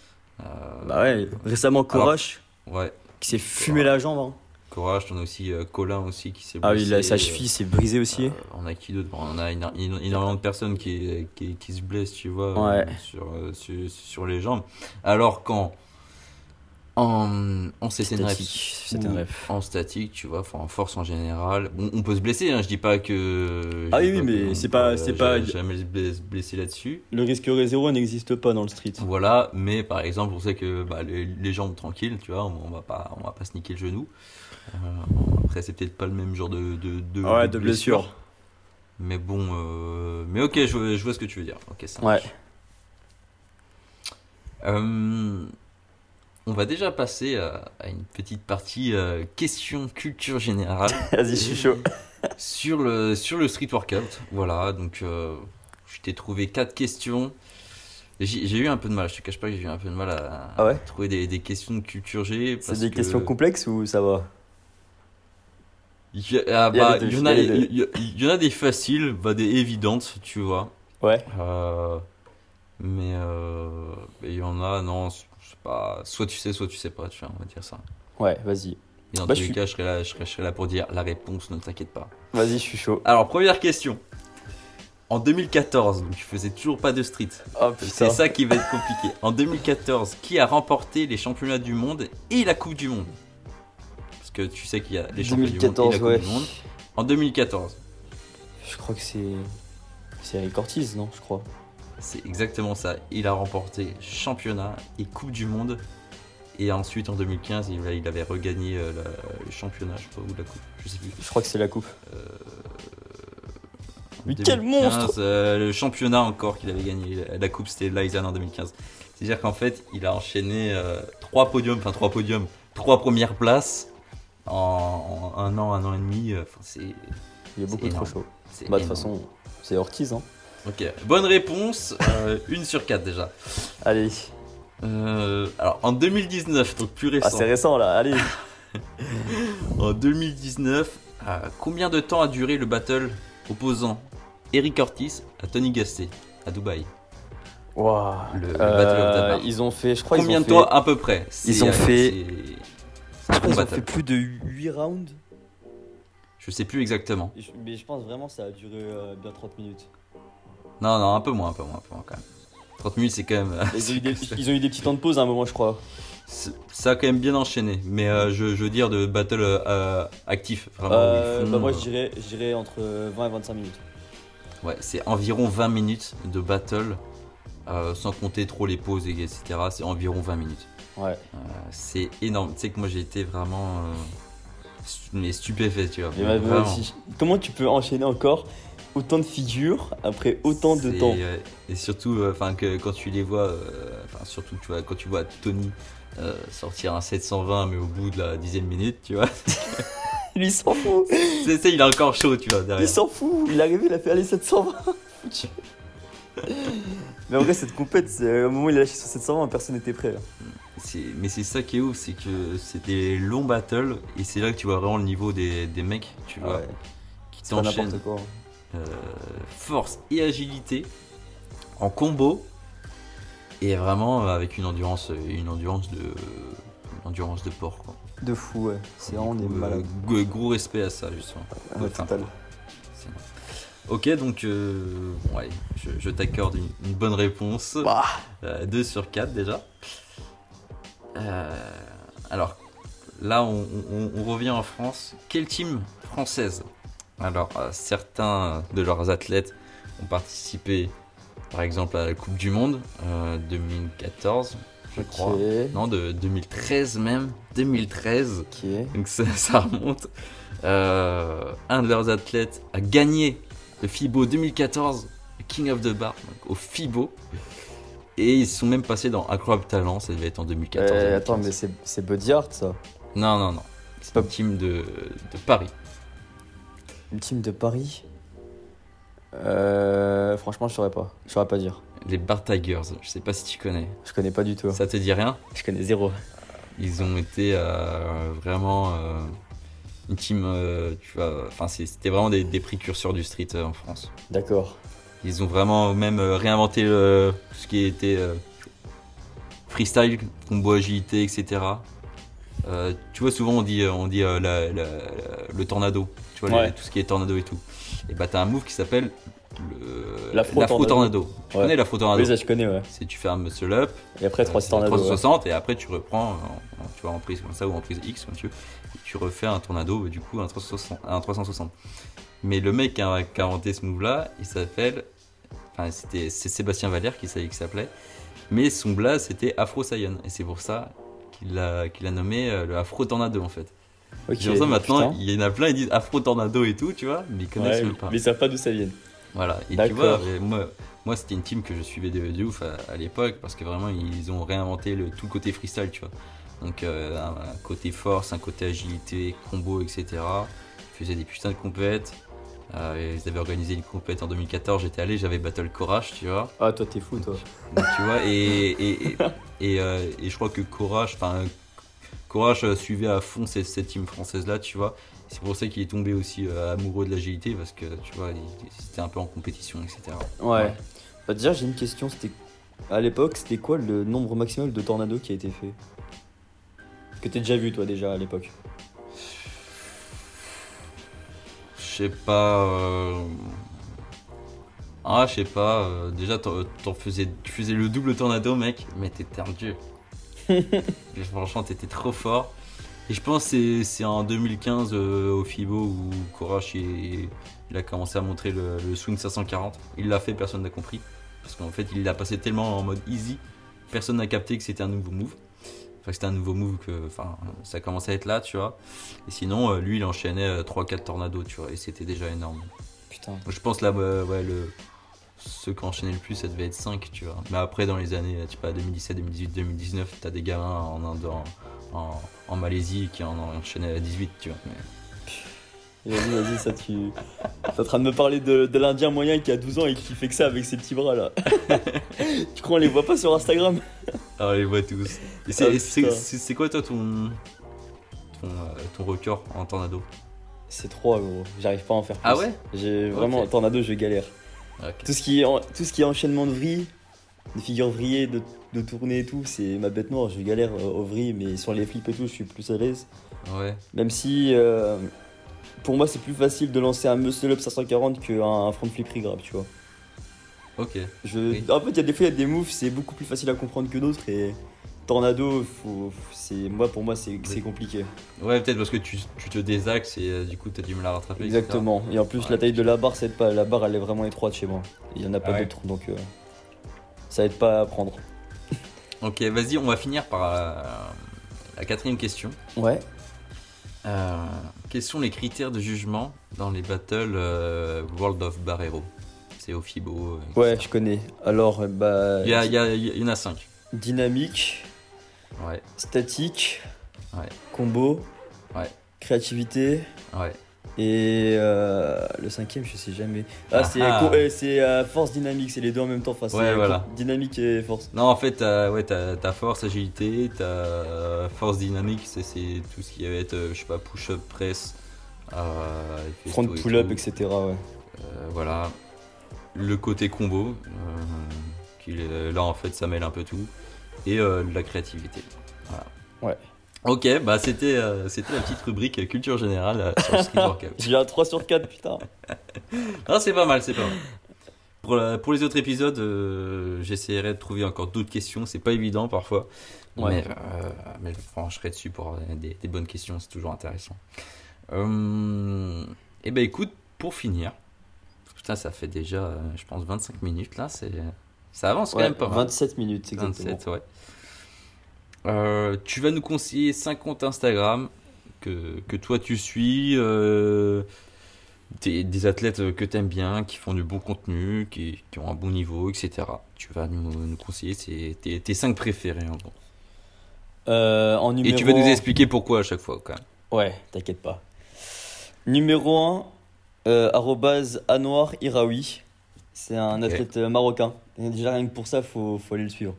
S2: Euh,
S1: Bah ouais, récemment Korash
S2: ouais.
S1: qui s'est fumé la jambe. hein.
S2: Courage, on a aussi euh, Colin aussi qui s'est
S1: Ah oui,
S2: blessé,
S1: là, sa
S2: euh,
S1: cheville s'est brisée aussi.
S2: euh, on a qui d'autre Bon, On a éno- éno- énormément de personnes qui, qui, qui se blessent, tu vois,
S1: Ouais.
S2: euh, sur, euh, sur, sur les jambes. Alors quand en, en CCN reps,
S1: Statique, c'était un
S2: ou
S1: rêve.
S2: en statique, tu vois, enfin, en force en général, on, on peut se blesser, hein, je dis pas que...
S1: Ah
S2: je
S1: oui,
S2: dis
S1: oui, mais
S2: qu'on
S1: c'est pas-
S2: peut
S1: c'est pas-
S2: Jamais se blesse- blesser là-dessus.
S1: Le risque zéro n'existe pas dans le street.
S2: Voilà, mais par exemple, on sait que bah, les, les jambes tranquilles, tu vois, on, on va pas, on va pas se niquer le genou. Euh, après, c'est peut-être pas le même genre de, de, de,
S1: Ah ouais,
S2: de
S1: de blessure.
S2: Mais bon, euh, mais ok, je, vois- je vois ce que tu veux dire. Ok, ça
S1: Ouais.
S2: marche. Euh, on va déjà passer à, à une petite partie euh, question culture générale
S1: Vas-y, je suis chaud.
S2: sur le, sur le street workout. Voilà, donc euh, je t'ai trouvé quatre questions. J'ai j'ai eu un peu de mal, je te cache pas que j'ai eu un peu de mal à,
S1: Ah ouais
S2: à trouver des, des questions de culture G.
S1: C'est
S2: parce
S1: des
S2: que-
S1: questions complexes ou ça va
S2: Il y, a- ah
S1: Il y a
S2: bah,
S1: les deux,
S2: il y en a
S1: il y a les
S2: les- il y a- il y en a des faciles, bah, des évidentes, tu vois.
S1: Ouais.
S2: Euh, mais euh, mais il y en a, non, je sais pas. Soit tu sais, soit tu sais pas, tu vois, on va dire ça.
S1: Ouais, vas-y.
S2: Et dans
S1: Bah,
S2: tous
S1: je
S2: les
S1: suis-
S2: cas, je serai, là, je, serai, je serai là pour dire la réponse, ne t'inquiète pas.
S1: Vas-y, je suis chaud.
S2: Alors, première question. En 2014, donc tu faisais toujours pas de street.
S1: Oh
S2: C'est ça qui va être compliqué. En 2014, qui a remporté les championnats du monde et la Coupe du Monde Parce que tu sais qu'il y a les championnats du monde et la Coupe du Monde. En 2014.
S1: Je crois que c'est. C'est Eric Ortiz, non, je crois.
S2: C'est exactement ça. Il a remporté championnat et Coupe du Monde. Et ensuite, en 2015, il, il avait regagné euh, la- le championnat, je crois, ou la Coupe, je sais plus.
S1: Je crois que c'est la coupe.
S2: Euh,
S1: Mais quel monstre
S2: euh, Le championnat encore qu'il avait gagné, la coupe c'était Lysan en 2015. C'est-à-dire qu'en fait, il a enchaîné euh, trois podiums, enfin trois podiums, trois premières places en, en un an, un an et demi. euh, Enfin, c'est,
S1: Il est beaucoup
S2: c'est
S1: trop
S2: énorme.
S1: chaud.
S2: c'est
S1: Bah, de toute
S2: énorme.
S1: façon, c'est Ortiz, hein.
S2: Ok, bonne réponse, euh, une sur quatre déjà.
S1: Allez.
S2: Euh, alors en 2019, donc plus
S1: Ah,
S2: récent.
S1: c'est récent, là. Allez.
S2: en 2019, euh, combien de temps a duré le battle opposant Eric Ortiz à Tony Gasté à Dubaï
S1: Ouah.
S2: Le- le Battle of Dakar.
S1: Euh, Ils ont fait, je crois,
S2: Combien
S1: ils ont
S2: de
S1: fait-
S2: temps à peu près C'est-
S1: Ils ont
S2: euh,
S1: fait-
S2: c'est-
S1: je
S2: C'est
S1: crois
S2: bon
S1: qu'ils ont
S2: battle.
S1: fait plus de 8 rounds.
S2: Je sais plus exactement.
S1: Et je- Mais je pense vraiment que ça a duré euh, bien 30 minutes.
S2: Non, non, un peu moins, un peu moins, un peu moins quand même. 30 minutes, c'est quand même. euh,
S1: Ils ont, eu des, ils ont eu des petits temps de pause à un moment, je crois.
S2: c'est- ça a quand même bien enchaîné. Mais euh, je, je veux dire de battle euh, euh, actif. Vraiment, où
S1: Euh,
S2: ils font,
S1: bah, moi,
S2: euh,
S1: je dirais, je dirais entre 20 et 25 minutes.
S2: Ouais, c'est environ 20 minutes de battle. euh, sans compter trop les pauses, et etc. C'est environ 20 minutes.
S1: Ouais.
S2: Euh, c'est énorme. Tu sais que moi, j'ai été vraiment. euh, stu- mais stupéfait, tu vois.
S1: Et bah,
S2: Vraiment.
S1: si- Comment tu peux enchaîner encore autant de figures après autant de
S2: C'est,
S1: temps
S2: euh, et surtout, enfin que quand tu les vois, euh, enfin surtout tu vois quand tu vois Tony euh, sortir un 720 mais au bout de la dixième minute, tu vois,
S1: Il s'en fout
S2: c'est, c'est- il est encore chaud, tu vois derrière.
S1: Il s'en fout Il est arrivé, il a fait aller 720 Foutu. Mais en vrai, cette compète, c'est- au moment où il a lâché sur 720, personne n'était prêt. là.
S2: C'est- mais c'est ça qui est ouf, c'est que c'est des longs battles et c'est là que tu vois vraiment le niveau des, des mecs, tu vois,
S1: Ouais,
S2: qui
S1: c'est pas
S2: t'enchaînent
S1: n'importe quoi.
S2: euh, force et agilité en combo et vraiment euh, avec une endurance, une endurance de, une endurance de porc quoi.
S1: De fou, ouais. C'est vraiment
S2: Du
S1: des
S2: coup, euh,
S1: malades.
S2: gros- Gros respect à ça, justement.
S1: Ouais,
S2: Enfin,
S1: total.
S2: c'est bon. Ok, donc, euh, bon, allez, je, je t'accorde une, une bonne réponse.
S1: Bah.
S2: 2 sur 4 déjà. Euh, alors, là, on, on- on revient en France. Quelle team française Alors, euh, certains de leurs athlètes ont participé, par exemple, à la Coupe du Monde euh, 2014, je
S1: Ok.
S2: crois. Non, de 2013 même. 2013.
S1: Ok.
S2: Donc ça, ça remonte. Euh, un de leurs athlètes a gagné le FIBO 2014, le King of the Bar, donc au FIBO. Et ils sont même passés dans Acrob Talent, ça devait être en 2014.
S1: Euh, attends,
S2: 2015.
S1: mais c'est c'est Body Art ça.
S2: Non, non, non. C'est une team de, de Paris.
S1: Une team de Paris Euh, Franchement, je saurais pas. Je saurais pas dire.
S2: Les Bar Tigers, je sais pas si tu connais.
S1: Je connais pas du tout.
S2: Ça te dit rien
S1: Je connais zéro.
S2: Ils ont été euh, vraiment euh, une team, euh, tu vois, enfin c'est- c'était vraiment des, des précurseurs du street euh, en France.
S1: D'accord.
S2: Ils ont vraiment même euh, réinventé le- tout ce qui était euh, freestyle, combo agilité, etc. Euh, tu vois, souvent on dit, euh, on dit euh, la- la- le tornado, tu vois,
S1: Ouais.
S2: les- tout ce qui est tornado et tout. Et bah, t'as un move qui s'appelle le-
S1: L'afro-tornado.
S2: l'afro-tornado. Tu
S1: Ouais.
S2: connais l'afro-tornado
S1: Oui, ça je connais, ouais.
S2: C'est tu fais un muscle up,
S1: Et après, 3
S2: c'est
S1: tornados. ouais.
S2: 360, et après tu reprends en- en- tu vois, en prise comme ça ou en prise X comme tu veux, et tu refais un tornado bah, du coup un 360, un 360. Mais le mec qui a, qui a inventé ce move là, il s'appelle enfin c'était c'est Sébastien Valère qui savait qui s'appelait mais son blaze c'était Afro Saiyan et c'est pour ça qu'il a qu'il a nommé euh, le Afro Tornado en fait.
S1: Ok. bah,
S2: Genre ça maintenant,
S1: putain.
S2: il y en a plein ils disent Afro Tornado et tout, tu vois, mais ils connaissent
S1: Ouais,
S2: même pas.
S1: mais ils savent pas d'où ça vient.
S2: Voilà, et tu
S1: D'accord.
S2: vois, euh, moi, moi c'était une team que je suivais de, de ouf à, à l'époque parce que vraiment ils ont réinventé le, tout le côté freestyle, tu vois. Donc euh, un, un côté force, un côté agilité, combo, etc. Ils faisaient des putains de compètes. Euh, ils avaient organisé une compète en 2014, j'étais allé, j'avais Battle Courage, tu vois.
S1: Ah, toi, t'es fou, toi.
S2: Donc, tu vois, et, et, et, et, euh, et je crois que Courage, enfin, Courage euh, suivait à fond cette, cette team française-là, tu vois. C'est pour ça qu'il est tombé aussi euh, amoureux de l'agilité, parce que, tu vois, il- c'était un peu en compétition, etc.
S1: Ouais.
S2: Ouais.
S1: Bah, déjà, j'ai une question. C'était. À l'époque, c'était quoi le nombre maximal de tornados qui a été fait Que t'as déjà vu, toi, déjà, à l'époque
S2: Je sais pas... euh, Ah, je sais pas, euh, déjà, t'en t'en faisais, tu faisais le double tornado, mec, mais t'étais un dieu. Mais franchement, t'étais trop fort. Et je pense que c'est- c'est en 2015 euh, au FIBO où Courage il, il a commencé à montrer le, le swing 540. Il l'a fait, personne n'a compris. Parce qu'en fait, il l'a passé tellement en mode easy, personne n'a capté que c'était un nouveau move. Enfin, que c'était un nouveau move que enfin, ça commençait à être là, tu vois. Et sinon, euh, lui, il enchaînait 3-4 tornados, tu vois. Et c'était déjà énorme.
S1: Putain.
S2: Je pense là, bah, ouais, le... ceux qui enchaînaient le plus, ça devait être 5, tu vois. Mais après, dans les années, euh, je sais pas, 2017, 2018, 2019, t'as des gamins en Inde, en, en- en Malaisie qui en enchaînaient à 18, tu vois. Mais-
S1: Vas-y, vas-y, ça tu. T'es en train de me parler de, de l'Indien moyen qui a 12 ans et qui fait que ça avec ses petits bras là. tu crois on les voit pas sur Instagram
S2: Ah, on les voit tous. Et
S1: Ah,
S2: c'est-
S1: putain.
S2: C'est c'est- c'est quoi, toi, ton, ton, euh, ton record en tornado
S1: C'est 3 gros, j'arrive pas à en faire plus.
S2: Ah ouais
S1: J'ai vraiment,
S2: Ok.
S1: tornado, je galère.
S2: Ok.
S1: Tout ce qui est, en- tout ce qui est enchaînement de vrilles, de figures vrillées, de, de tournées et tout, c'est ma bête noire, je galère euh, aux vrilles, mais sur les flips et tout, je suis plus à l'aise.
S2: Ouais.
S1: Même si, euh, pour moi, c'est plus facile de lancer un muscle up 540 qu'un front flip regrab, tu vois.
S2: Ok.
S1: Je...
S2: Oui.
S1: En fait, il y a des fois, il y a des moves, c'est beaucoup plus facile à comprendre que d'autres. Et Tornado, faut... c'est moi pour moi, c'est c'est compliqué.
S2: Ouais, peut-être parce que tu, tu te désaxes et euh, du coup, t'as dû me la rattraper. etc.
S1: Exactement. Et en plus,
S2: Ouais.
S1: la taille de la barre, ça aide pas. La barre, elle est vraiment étroite chez moi. Il y en a pas
S2: Ah ouais.
S1: d'autres, donc euh, ça aide pas à prendre.
S2: Ok, vas-y, on va finir par euh, la quatrième question.
S1: Ouais.
S2: Euh, quels sont les critères de jugement dans les battles euh, World of Barrero C'est au FIBO. etc.
S1: Ouais, je connais. Alors, euh, bah,
S2: Il y, a- il y a- il y en a 5.
S1: dynamique,
S2: Ouais,
S1: statique,
S2: Ouais.
S1: combo,
S2: Ouais.
S1: créativité.
S2: ouais.
S1: Et euh, le cinquième, je sais jamais. Ah,
S2: Ah
S1: c'est
S2: ah.
S1: co- euh, c'est euh, force dynamique, c'est les deux en même temps. Enfin, c'est
S2: Ouais,
S1: co-
S2: voilà.
S1: Dynamique et force.
S2: Non, en fait, t'as ouais, t'as- t'as force, agilité, t'as euh, force dynamique, c'est- c'est tout ce qui va être, euh, je sais pas, push-up, press, euh, il fait
S1: Front
S2: tout et
S1: pull-up,
S2: tout.
S1: etc. Ouais.
S2: Euh, voilà. Le côté combo, euh, qu'il est- là en fait ça mêle un peu tout. Et euh, de la créativité. Voilà.
S1: Ouais.
S2: Ok, bah c'était euh, c'était la petite rubrique culture générale euh, sur le street workout.
S1: J'ai un 3 sur 4, putain.
S2: Ah, c'est pas mal, c'est pas mal. Pour, la- pour les autres épisodes, euh, j'essaierai de trouver encore d'autres questions. C'est pas évident parfois.
S1: Ouais.
S2: Mais, euh, mais je franchirai dessus pour euh, des, des bonnes questions. C'est toujours intéressant. Euh, et ben écoute, pour finir, putain, ça fait déjà, euh, je pense, 25 minutes là. C'est, ça avance quand
S1: Ouais,
S2: même pas mal.
S1: 27 minutes, exactement.
S2: 27, ouais. Euh, tu vas nous conseiller 5 comptes Instagram que, que toi tu suis, euh, des, des athlètes que tu aimes bien, qui font du bon contenu, qui, qui ont un bon niveau, etc. Tu vas nous, nous conseiller ces- tes, tes 5 préférés en gros.
S1: Euh, en numéro
S2: Et tu vas nous
S1: un-
S2: expliquer pourquoi à chaque fois quand même.
S1: Ouais, t'inquiète pas. Numéro 1, euh, arrobase Anwar Iraoui. C'est un
S2: Ok.
S1: athlète euh, marocain. Et déjà, rien que pour ça, faut, faut aller le suivre.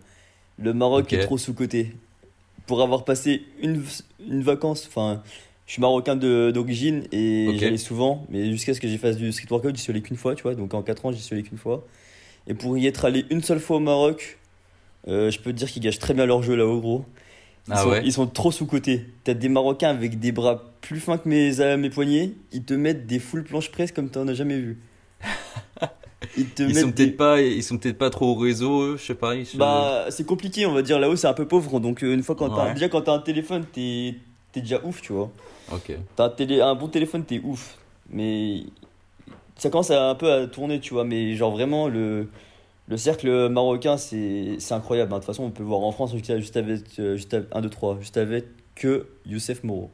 S1: Le Maroc
S2: Ok.
S1: est trop sous-coté. Pour avoir passé une, v- une vacance, enfin, je suis marocain de- d'origine et
S2: Ok.
S1: j'allais souvent, mais jusqu'à ce que j'ai fasse du street workout, j'y suis allé qu'une fois, tu vois. Donc en 4 ans, j'y suis allé qu'une fois. Et pour y être allé une seule fois au Maroc, euh, je peux te dire qu'ils gâchent très bien leur jeu là-haut, gros. Ils,
S2: Ah
S1: sont,
S2: ouais
S1: ils sont trop sous-cotés. T'as des Marocains avec des bras plus fins que mes, euh, mes poignets, ils te mettent des full planches presse comme t'en as jamais vu. Ils te
S2: Ils
S1: mettent
S2: sont
S1: des-
S2: peut-être pas, ils sont peut-être pas trop au réseau, eux, je sais pas. ils se-
S1: Bah, c'est compliqué, on va dire. Là-haut, c'est un peu pauvre. Donc, euh, une fois, quand t'as-
S2: Ouais.
S1: déjà, quand t'as un téléphone, t'es t'es déjà ouf, tu vois.
S2: Ok.
S1: T'as un, télé... un bon téléphone, t'es ouf. Mais ça commence à- un peu à tourner, tu vois. Mais genre vraiment, le, le cercle marocain, c'est c'est incroyable. hein. De toute façon, on peut le voir en France juste juste avec, euh, juste avec 1, 2, 3, juste avec que Youssef Moreau.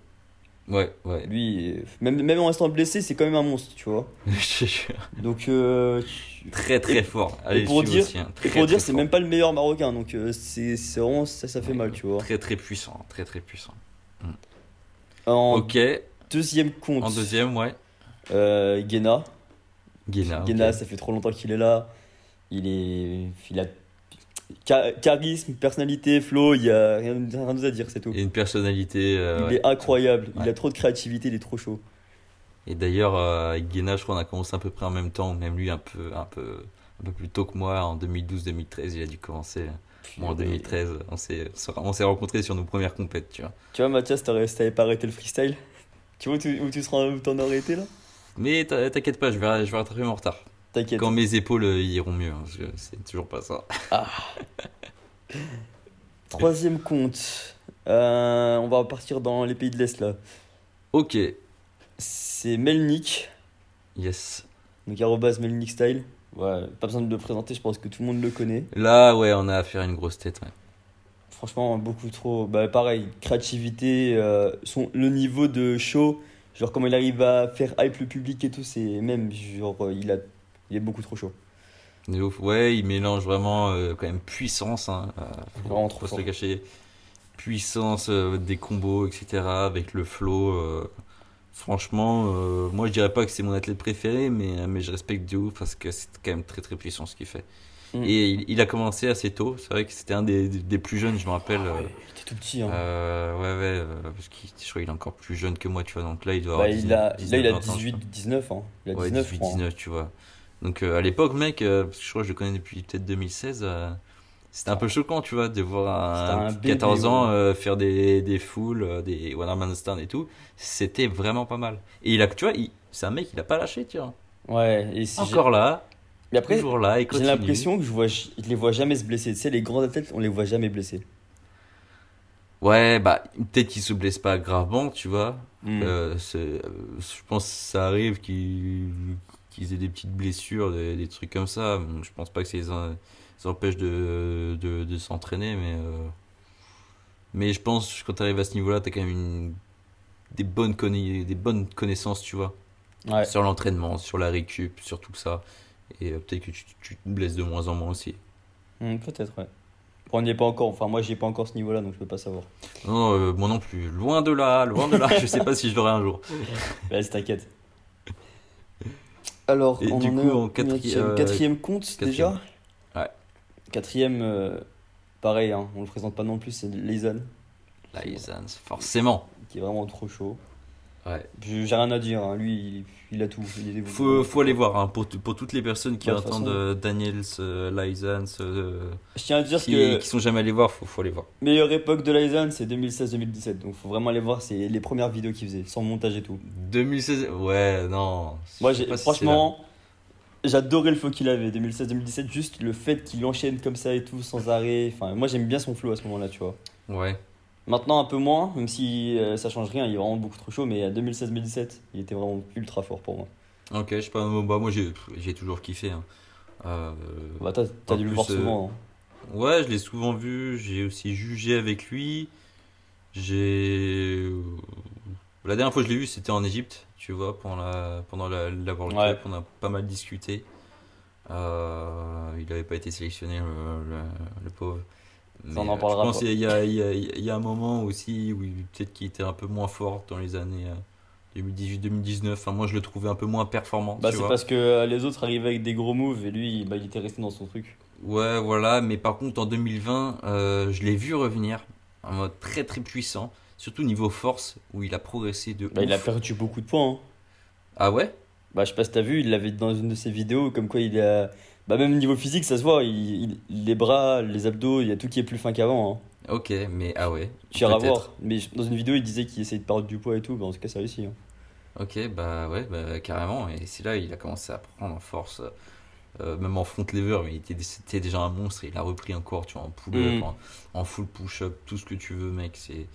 S2: Ouais, ouais.
S1: Lui, euh, même, même en restant blessé, c'est quand même un monstre, tu vois.
S2: Je te jure.
S1: Donc, euh,
S2: très très
S1: Et-
S2: fort. Allez,
S1: pour
S2: je suis
S1: dire-
S2: aussi, hein.
S1: et
S2: Très,
S1: pour dire,
S2: très
S1: c'est
S2: fort.
S1: même pas le meilleur marocain. Donc, euh, c'est c'est vraiment, ça, ça fait mal, tu vois.
S2: Très très puissant, hein, très très puissant.
S1: En
S2: ok,
S1: deuxième compte,
S2: en deuxième, ouais.
S1: euh, Guéna.
S2: Guéna. Ah, ok.
S1: Guéna, ça fait trop longtemps qu'il est là. Il est. Il a. cha- charisme, personnalité, flow, il y a rien, rien d'autre à dire, c'est tout.
S2: Et une personnalité. euh,
S1: il
S2: ouais.
S1: est incroyable, il
S2: Ouais.
S1: a trop de créativité, il est trop chaud.
S2: Et d'ailleurs, euh, avec Guéna, je crois qu'on a commencé à peu près en même temps, même lui un peu, un peu, un peu plus tôt que moi, en 2012-2013, il a dû commencer. Moi, en 2013, on s'est, on s'est- on s'est rencontrés sur nos premières compètes, tu vois.
S1: Tu vois, Mathias, t'aurais- si t'avais pas arrêté le freestyle, tu vois où tu, où tu seras, où t'en aurais été là
S2: Mais t'in- t'inquiète pas, je vais, je vais rattraper mon retard.
S1: T'inquiète.
S2: Quand mes épaules euh, iront mieux, hein, parce que c'est toujours pas ça.
S1: Troisième compte, Euh, on va partir dans les pays de l'Est là.
S2: Ok,
S1: C'est Melnik,
S2: yes.
S1: donc arrobas Melnik Style. Ouais, pas besoin de le présenter, je pense que tout le monde le connaît.
S2: Là, ouais, on a affaire à une grosse tête. ouais.
S1: Franchement, beaucoup trop. Bah, pareil, créativité, euh, son, le niveau de show, genre comment il arrive à faire hype le public et tout, c'est même, genre, euh, il, a, il est beaucoup trop chaud.
S2: De ouf. Ouais, il mélange vraiment euh, quand même puissance. Hein, euh, faut-
S1: Vraiment trop
S2: faut se
S1: fort.
S2: le cacher. Puissance euh, des combos, etc. Avec le flow. euh, franchement, euh, moi je dirais pas que c'est mon athlète préféré, mais, euh, mais je respecte de ouf parce que c'est quand même très très puissant ce qu'il fait.
S1: Mm.
S2: Et il, il a commencé assez tôt. C'est vrai que c'était un des, des plus jeunes, je me
S1: Ah
S2: rappelle. euh,
S1: Il était tout petit, hein.
S2: euh, ouais, ouais, euh, parce que je crois qu'il est encore plus jeune que moi, tu vois. Donc là, il doit
S1: Bah,
S2: avoir
S1: il
S2: 19,
S1: a, là, il
S2: 19,
S1: a
S2: 20 ans, je
S1: 18, 19, hein. Il a 19,
S2: Ouais,
S1: je
S2: 18,
S1: crois, hein.
S2: 19, tu vois. Donc euh, à l'époque, mec, euh, parce que je crois que je le connais depuis peut-être 2016, euh, c'était un peu choquant, tu vois, de voir
S1: C'était un
S2: un, petit
S1: bébé,
S2: 14 ans
S1: ouais.
S2: euh, faire des, des foules, euh, des One Man Stand et tout. C'était vraiment pas mal. Et il a, tu vois, il- c'est un mec, il a pas lâché, tu vois.
S1: Ouais, et si j'ai-
S2: Encore là,
S1: Mais après,
S2: toujours là, il
S1: j'ai
S2: continue.
S1: l'impression que je vois, je les vois jamais se blesser. Tu sais, les grands athlètes, on les voit jamais blessés.
S2: Ouais, bah, peut-être qu'il se blesse pas gravement, tu vois.
S1: Mm.
S2: Euh, c'est- euh, je pense que ça arrive qu'ils qu'ils aient des petites blessures, des, des trucs comme ça. Bon, Je pense pas que ça les, en- les empêche de, de, de s'entraîner, mais, euh, mais je pense que quand tu arrives à ce niveau-là, tu as quand même une- des, bonnes conna- des bonnes connaissances, tu vois,
S1: Hmm. Ouais.
S2: sur l'entraînement, sur la récup, sur tout ça. Et euh, peut-être que tu, tu te blesses de moins en moins aussi.
S1: Hmm, Peut-être, ouais. Après, on n'y est pas encore. Enfin, moi, j'ai pas encore ce niveau-là, donc je peux pas savoir.
S2: Non, euh, moi non plus. Loin de là, loin de là. je sais pas si je l'aurai un jour.
S1: Vas-y, t'inquiète. Alors,
S2: Et
S1: on
S2: du
S1: en
S2: coup,
S1: est au
S2: en quatri-
S1: quatrième,
S2: euh,
S1: quatrième compte déjà
S2: Ouais.
S1: Quatrième, euh, pareil, hein, on le présente pas non plus, c'est Lisan,
S2: Là, ils- forcément.
S1: qui est vraiment trop chaud.
S2: Ouais.
S1: Je- J'ai rien à dire, hein, lui, il, il a tout. Il est dévoué.
S2: Faut, faut aller voir hein, pour, t- pour toutes les personnes qui
S1: Ouais, de toute
S2: attendent
S1: façon.
S2: euh, Daniels, euh, Lysans, euh,
S1: Je tiens à dire
S2: qui,
S1: que
S2: qui sont jamais allés voir, faut, faut aller voir.
S1: meilleure époque de Lisan, c'est 2016-2017, donc faut vraiment aller voir, c'est les premières vidéos qu'il faisait, sans montage et tout.
S2: 2016, ouais, non.
S1: Moi,
S2: je sais
S1: j'ai-
S2: pas si c'est
S1: franchement, j'adorais le flow qu'il avait 2016-2017. Juste le fait qu'il enchaîne comme ça et tout, sans arrêt. Enfin, moi, j'aime bien son flow à ce moment-là, tu vois.
S2: là. Ouais.
S1: Maintenant, un peu moins, même si euh, ça change rien, il est vraiment beaucoup trop chaud. Mais à 2016-2017, il était vraiment ultra fort pour moi.
S2: Ok, je sais pas, moi, bah, moi j'ai pff, j'ai toujours kiffé. hein. Euh,
S1: Bah, t'as t'as
S2: En
S1: dû le
S2: plus,
S1: voir
S2: euh,
S1: souvent. hein.
S2: ouais, je l'ai souvent vu, j'ai aussi jugé avec lui. J'ai. La dernière fois que je l'ai vu, c'était en Égypte, tu vois, pendant la, pendant la, la World
S1: Ouais.
S2: Cup, on a pas mal discuté. Euh, il n'avait pas été sélectionné, le, le, le pauvre. Mais,
S1: on en
S2: euh,
S1: parlera
S2: Je pense
S1: pas.
S2: qu'il y a, il y, a, il y a- il y a un moment aussi où il- peut-être qu'il était un peu moins fort dans les années euh, 2018-2019. Enfin, moi, je le trouvais un peu moins performant.
S1: Bah,
S2: tu
S1: c'est
S2: vois.
S1: parce que euh, les autres arrivaient avec des gros moves et lui, bah, il était resté dans son truc.
S2: Ouais, voilà, mais par contre en 2020, euh, je l'ai vu revenir en mode très très puissant, surtout niveau force où il a progressé de
S1: Bah, il a
S2: ouf.
S1: perdu beaucoup de points. hein.
S2: Ah ouais?
S1: Bah, je sais pas si t'as vu, il l'avait dans une de ses vidéos, comme quoi il a. Bah, même niveau physique, ça se voit. il- il- les bras, les abdos, il y a tout qui est plus fin qu'avant. hein.
S2: Ok, mais ah ouais.
S1: Tu iras
S2: peut-être.
S1: voir. Mais je- dans une vidéo, il disait qu'il essayait de perdre du poids et tout. Bah, en tout cas, ça réussit. hein.
S2: Ok, bah ouais, bah carrément. Et c'est là il a commencé à prendre en force, euh, même en front lever, mais il était, c'était déjà un monstre. Il a repris encore, tu vois, en pull-up,
S1: Mm.
S2: en, en full push-up, tout ce que tu veux, mec. C'est...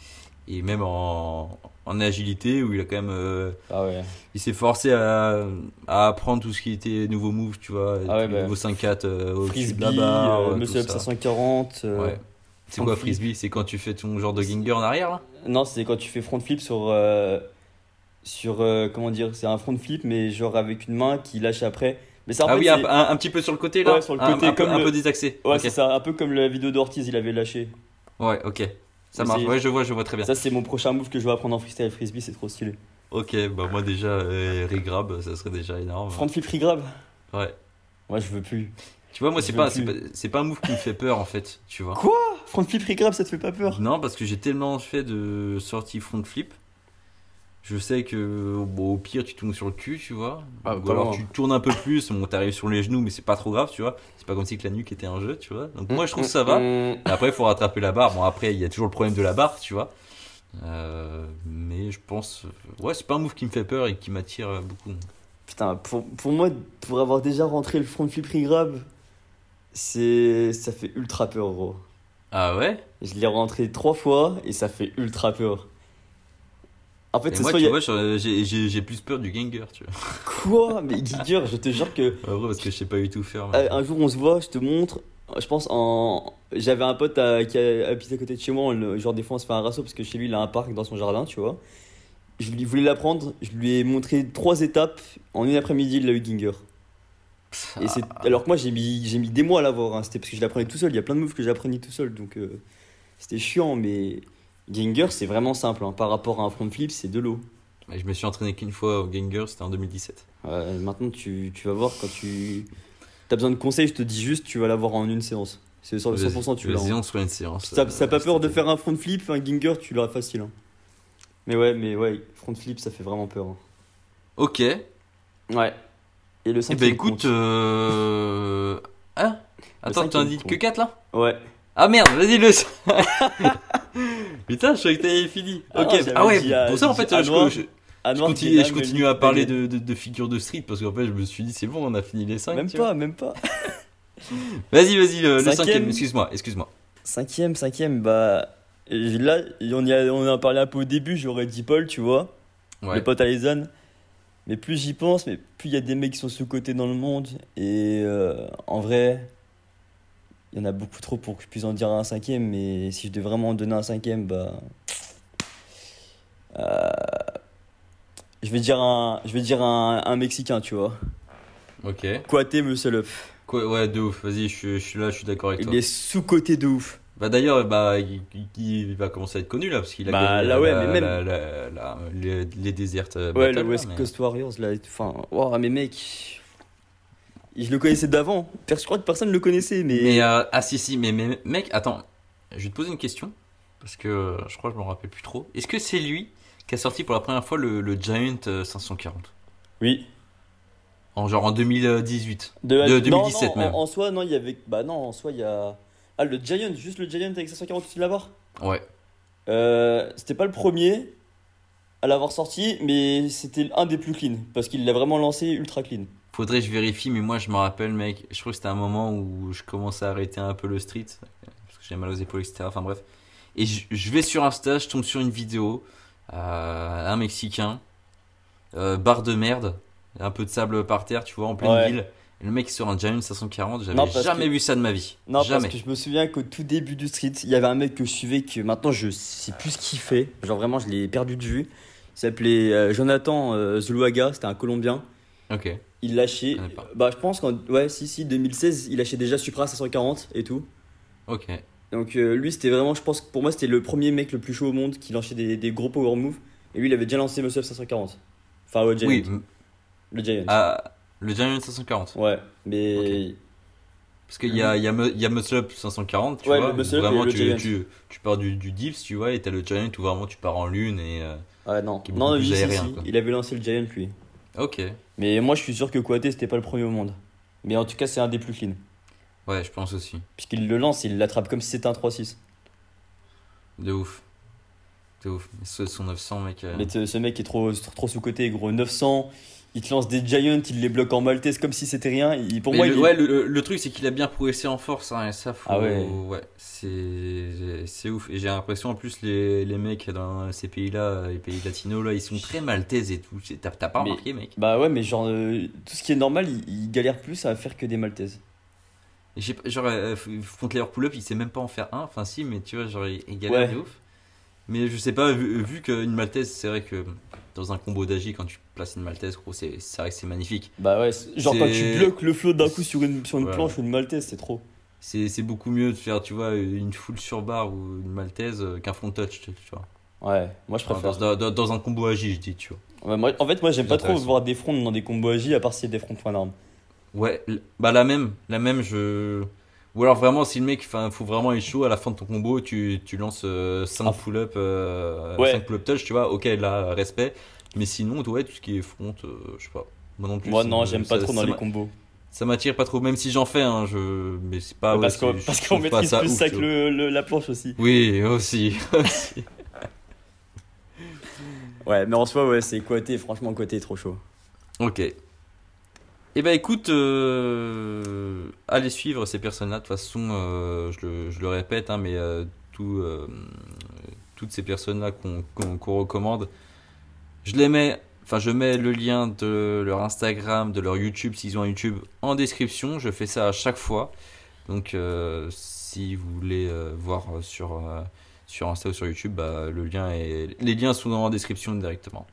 S2: Et même en, en agilité où il a quand même. euh,
S1: Ah ouais.
S2: il s'est forcé à, à apprendre tout ce qui était nouveau move, tu vois,
S1: Ah ouais,
S2: tous
S1: bah,
S2: les nouveaux 5-4 euh, au-dessus de
S1: Frisbee,
S2: la barre,
S1: euh,
S2: euh, tout
S1: Monsieur Up
S2: ça.
S1: 540. euh,
S2: Ouais. C'est quoi
S1: front flip.
S2: frisbee C'est quand tu fais ton genre de ginger en arrière là
S1: Non, c'est quand tu fais front flip sur. euh, sur euh, comment dire C'est un front flip, mais genre avec une main qui lâche après. Mais ça, en
S2: Ah
S1: fait,
S2: oui, un,
S1: c'est-
S2: un- un petit peu sur le côté là
S1: Ouais, sur le
S2: Un-
S1: côté,
S2: un, peu-
S1: comme
S2: un
S1: le-
S2: peu désaxé.
S1: Ouais,
S2: Ok.
S1: c'est ça. Un peu comme la vidéo d'Ortiz, il avait lâché.
S2: Ouais, ok. Ça
S1: Mais
S2: marche,
S1: c'est-
S2: ouais, je vois, je vois très bien.
S1: Ça, c'est mon prochain move que je vais apprendre en freestyle frisbee, c'est trop stylé.
S2: Ok, bah moi déjà, euh, regrab, ça serait déjà énorme.
S1: Front flip free grab
S2: Ouais.
S1: Moi, je veux plus.
S2: Tu vois, moi,
S1: Je
S2: c'est
S1: veux
S2: pas, c'est
S1: plus.
S2: pas, c'est pas un move qui me fait peur en fait, tu vois.
S1: Front flip free grab, ça te fait pas peur
S2: Non, parce que j'ai tellement fait de sorties front flip. Je sais que bon, au pire, tu tombes sur le cul, tu vois.
S1: Ah,
S2: Ou
S1: pas
S2: alors
S1: loin.
S2: tu tournes un peu plus, bon, t'arrives sur les genoux, mais c'est pas trop grave, tu vois. C'est pas comme si que la nuque était un jeu, tu vois. Donc moi, je trouve que ça va.
S1: Mmh.
S2: Mais Après, il faut rattraper la barre. Bon, après, il y a toujours le problème de la barre, tu vois. Euh, mais je pense. Ouais, c'est pas un move qui me fait peur et qui m'attire euh, beaucoup.
S1: Putain, pour, pour moi, pour avoir déjà rentré le front flip free grab, c'est ça fait ultra peur, gros.
S2: Ah ouais
S1: Je l'ai rentré trois fois et ça fait ultra peur. En fait,
S2: Et
S1: c'est
S2: Moi,
S1: soit.
S2: tu
S1: y a-
S2: vois, je- j'ai- j'ai j'ai plus peur du ganger, tu vois.
S1: Quoi Mais Giger, je te jure que
S2: Ah ouais, parce que je sais pas du tout faire. mais-
S1: Euh, Un jour, on se voit, je te montre. Je pense en. J'avais un pote à- qui a- habitait à côté de chez moi. on le- Genre, des fois, on se fait un rasso parce que chez lui, il a un parc dans son jardin, tu vois. Je lui voulais l'apprendre. Je lui ai montré trois étapes. En une après-midi, il l'a eu Ginger. Et c'est... Alors que moi, j'ai mis, j'ai mis des mois à l'avoir. hein, C'était parce que je l'apprenais tout seul. Il y a plein de moves que j'apprenais tout seul. Donc, euh, c'était chiant. Mais Ginger, c'est vraiment simple. hein. Par rapport à un front flip, c'est de l'eau.
S2: Mais Je me suis entraîné qu'une fois au ganger, c'était en 2017.
S1: Euh, maintenant, tu, tu vas voir quand tu. T'as besoin de conseils, je te dis juste, tu vas l'avoir en une séance. C'est sur le 100%, tu l'as.
S2: Vas-y,
S1: hein.
S2: on se fait une séance.
S1: T'as t'as pas
S2: euh,
S1: peur de
S2: c'était-
S1: faire un front flip, un ginger, tu l'auras facile. hein. Mais ouais, mais ouais, front flip, ça fait vraiment peur. hein.
S2: Ok. Eh
S1: Ouais. Et le
S2: ben
S1: cinquième
S2: écoute.
S1: compte.
S2: Euh... Hein Attends, t'en
S1: cinquième
S2: dis que
S1: compte.
S2: 4 là
S1: Ouais.
S2: Ah merde, vas-y le. Putain, je croyais que t'avais fini.
S1: Ah non,
S2: ok,
S1: j'avais
S2: ah ouais,
S1: dit à-
S2: pour ça en
S1: j'ai
S2: fait,
S1: dit à
S2: je,
S1: Noir,
S2: je-
S1: Ah
S2: je
S1: non,
S2: continue,
S1: Kenan
S2: je
S1: me
S2: continue
S1: dit
S2: à
S1: que
S2: parler
S1: t'allais-
S2: de, de, de figures de street parce qu'en fait, je me suis dit, c'est bon, on a fini les 5.
S1: Même pas, même pas.
S2: Vas-y, vas-y, le, le
S1: Cinquième.
S2: cinquième, excuse-moi, excuse-moi.
S1: Cinquième, cinquième, bah. et Là, on, y a, on en a parlé un peu au début, j'aurais dit Paul, tu vois.
S2: Ouais.
S1: le pote Allison. Mais plus j'y pense, mais plus il y a des mecs qui sont sous-cotés dans le monde. Et euh, en vrai, il y en a beaucoup trop pour que je puisse en dire un cinquième. Mais si je devais vraiment en donner un cinquième, bah. euh, je vais dire un, je vais dire un, un Mexicain, tu vois.
S2: Ok.
S1: Coaté, muscle up.
S2: Quoi, ouais, de ouf, vas-y, je, suis- je suis là, je suis d'accord avec
S1: Il
S2: toi.
S1: est sous-coté de ouf.
S2: Bah d'ailleurs, bah, il, il- il va commencer à être connu là, parce qu'il a
S1: Bah,
S2: gagné
S1: là,
S2: la-
S1: ouais,
S2: la-
S1: mais même-
S2: la- la- la- les, les désertes. euh,
S1: Ouais,
S2: battle,
S1: le
S2: là,
S1: West
S2: mais-
S1: Coast Warriors, là. et tout. Enfin, waouh, mais mec. Je le connaissais d'avant. Je crois que personne ne le connaissait, mais.
S2: Mais euh, ah si si mais, mais mec attends, je vais te poser une question parce que euh, je crois que je m'en rappelle plus trop. Est-ce que c'est lui qui a sorti pour la première fois le, le Giant euh, 540
S1: Oui.
S2: en genre en 2018
S1: De, la-
S2: De
S1: non,
S2: 2017
S1: non, en-
S2: même.
S1: En, soi, non, il y avait. Bah non, en soi, il y a. Ah, le Giant, juste le Giant avec 540 au-dessus de la barre
S2: Ouais.
S1: Euh, C'était pas le premier à l'avoir sorti, mais c'était un des plus clean. Parce qu'il l'a vraiment lancé ultra clean.
S2: Faudrait que je vérifie mais moi je me rappelle mec, je crois que c'était un moment où je commençais à arrêter un peu le street parce que j'avais mal aux épaules etc. Enfin bref. Et je, je vais sur Insta, je tombe sur une vidéo euh, un mexicain euh, barre de merde, un peu de sable par terre, tu vois en pleine
S1: Ouais.
S2: ville. Et le mec sur un Giant 540,
S1: Non,
S2: j'avais
S1: parce
S2: jamais
S1: que-
S2: vu ça de ma vie.
S1: Non,
S2: jamais.
S1: parce que je me souviens qu'au tout début du street, il y avait un mec que je suivais que maintenant je sais plus ce qu'il fait. Genre vraiment, je l'ai perdu de vue. Il s'appelait euh, Jonathan euh, Zuluaga, c'était un Colombien.
S2: Ok.
S1: Il lâchait.
S2: Je connais pas.
S1: Bah, je pense qu'en. Ouais, si, si, 2016, il lâchait déjà Supra 540 et tout.
S2: Ok.
S1: Donc euh, lui, c'était vraiment, je pense, que pour moi, c'était le premier mec le plus chaud au monde qui lançait des, des gros power moves. Et lui, il avait déjà lancé Muscle 540. Enfin, ouais, Giant.
S2: Oui, m-
S1: Le Giant.
S2: ah, le Giant 540.
S1: Ouais, mais
S2: Parce qu'il y a, il y, a, mu- il y a Muscle Up 540, tu
S1: Mhm. Ouais,
S2: vois.
S1: le
S2: où
S1: Muscle Up et
S2: vraiment,
S1: le
S2: tu,
S1: Giant.
S2: Tu, tu pars du, du dips, tu vois, et t'as le Giant où vraiment tu pars en lune et. euh,
S1: ah, non,
S2: Qui est beaucoup
S1: non, lui,
S2: plus
S1: si,
S2: aérien,
S1: si,
S2: quoi.
S1: il avait lancé le Giant lui.
S2: Ok.
S1: Mais moi, je suis sûr que Kouaté, c'était pas le premier au monde. Mais en tout cas, c'est un des plus clean.
S2: Ouais, je pense aussi.
S1: Puisqu'il le lance, il l'attrape comme si c'était un 3-6.
S2: De ouf. De ouf. Ce sont 900, mec. euh,
S1: Mais ce ce mec est trop, trop sous-côté, gros 900. Il te lance des Giants, il les bloque en maltaise comme si c'était rien. Il- pour
S2: mais
S1: moi,
S2: le,
S1: il est-
S2: ouais, le, le- le truc, c'est qu'il a bien progressé en force, hein, et ça, faut-
S1: Ah ouais.
S2: c'est, c'est ouf. Et j'ai l'impression, en plus, les, les mecs dans ces pays-là, les pays latinos, là, ils sont très maltaisés et tout. C'est- T'as, t'as pas
S1: Mais-
S2: remarqué, mec
S1: Bah ouais, mais genre, euh, tout ce qui est normal, il, il galère plus à faire que des maltaises.
S2: Et j'ai pas- Genre, euh, f- contre leur pull-up, il sait même pas en faire un. Enfin, si, mais tu vois, genre, il, il galère
S1: Ouais.
S2: de ouf. Mais je sais pas, vu, vu qu'une maltaise, c'est vrai que dans un combo d'agi, quand tu places une maltaise, gros, c'est, c'est vrai que c'est magnifique.
S1: Bah ouais, c'est- genre quand
S2: C'est-
S1: tu bloques le flot d'un coup sur une, sur une
S2: Ouais.
S1: planche ou une maltaise, c'est trop.
S2: C'est, c'est beaucoup mieux de faire, tu vois, une full sur barre ou une maltaise euh, qu'un front touch, tu tu vois.
S1: Ouais, moi je préfère.
S2: Dans, dans- dans un combo agi, je dis, tu vois.
S1: Ouais, moi- en fait, moi j'aime
S2: Plus
S1: pas trop
S2: intéressant.
S1: voir des fronts dans des combos AJ à part s'il y a des fronts point d'armes.
S2: Ouais, l- bah la même, la même, je. Ou alors vraiment, si le mec, enfin, faut vraiment être chaud à la fin de ton combo, tu, tu lances 5
S1: Ah.
S2: full up, euh,
S1: Ouais.
S2: cinq pull up touch, tu vois, ok, là, respect. Mais sinon, ouais, tout ce qui est front, euh, je sais pas. Moi non plus.
S1: Moi
S2: ça
S1: non,
S2: me-
S1: j'aime pas
S2: ça-
S1: trop dans
S2: ça
S1: les
S2: m'a-
S1: combos.
S2: Ça m'attire pas trop, même si j'en fais, hein, je. Mais c'est pas. ouais,
S1: parce qu'on
S2: c'est-
S1: parce
S2: je
S1: qu'on
S2: trouve pas
S1: maîtrise plus
S2: ouf,
S1: ça
S2: tu
S1: que
S2: vois.
S1: le, le- la planche aussi.
S2: Oui, aussi.
S1: Ouais, mais en soi, ouais, c'est Coaté, franchement, Coaté est trop chaud.
S2: ok. Eh ben écoute, euh, allez suivre ces personnes-là. De toute façon, euh, je, le, je le répète, hein, mais euh, tout, euh, toutes ces personnes-là qu'on qu'on- qu'on recommande, je les mets, enfin je mets le lien de leur Instagram, de leur YouTube, s'ils ont un YouTube, en description. Je fais ça à chaque fois. Donc euh, si vous voulez euh, voir sur, euh, sur Insta ou sur YouTube, bah, le lien est, les liens sont dans la description directement.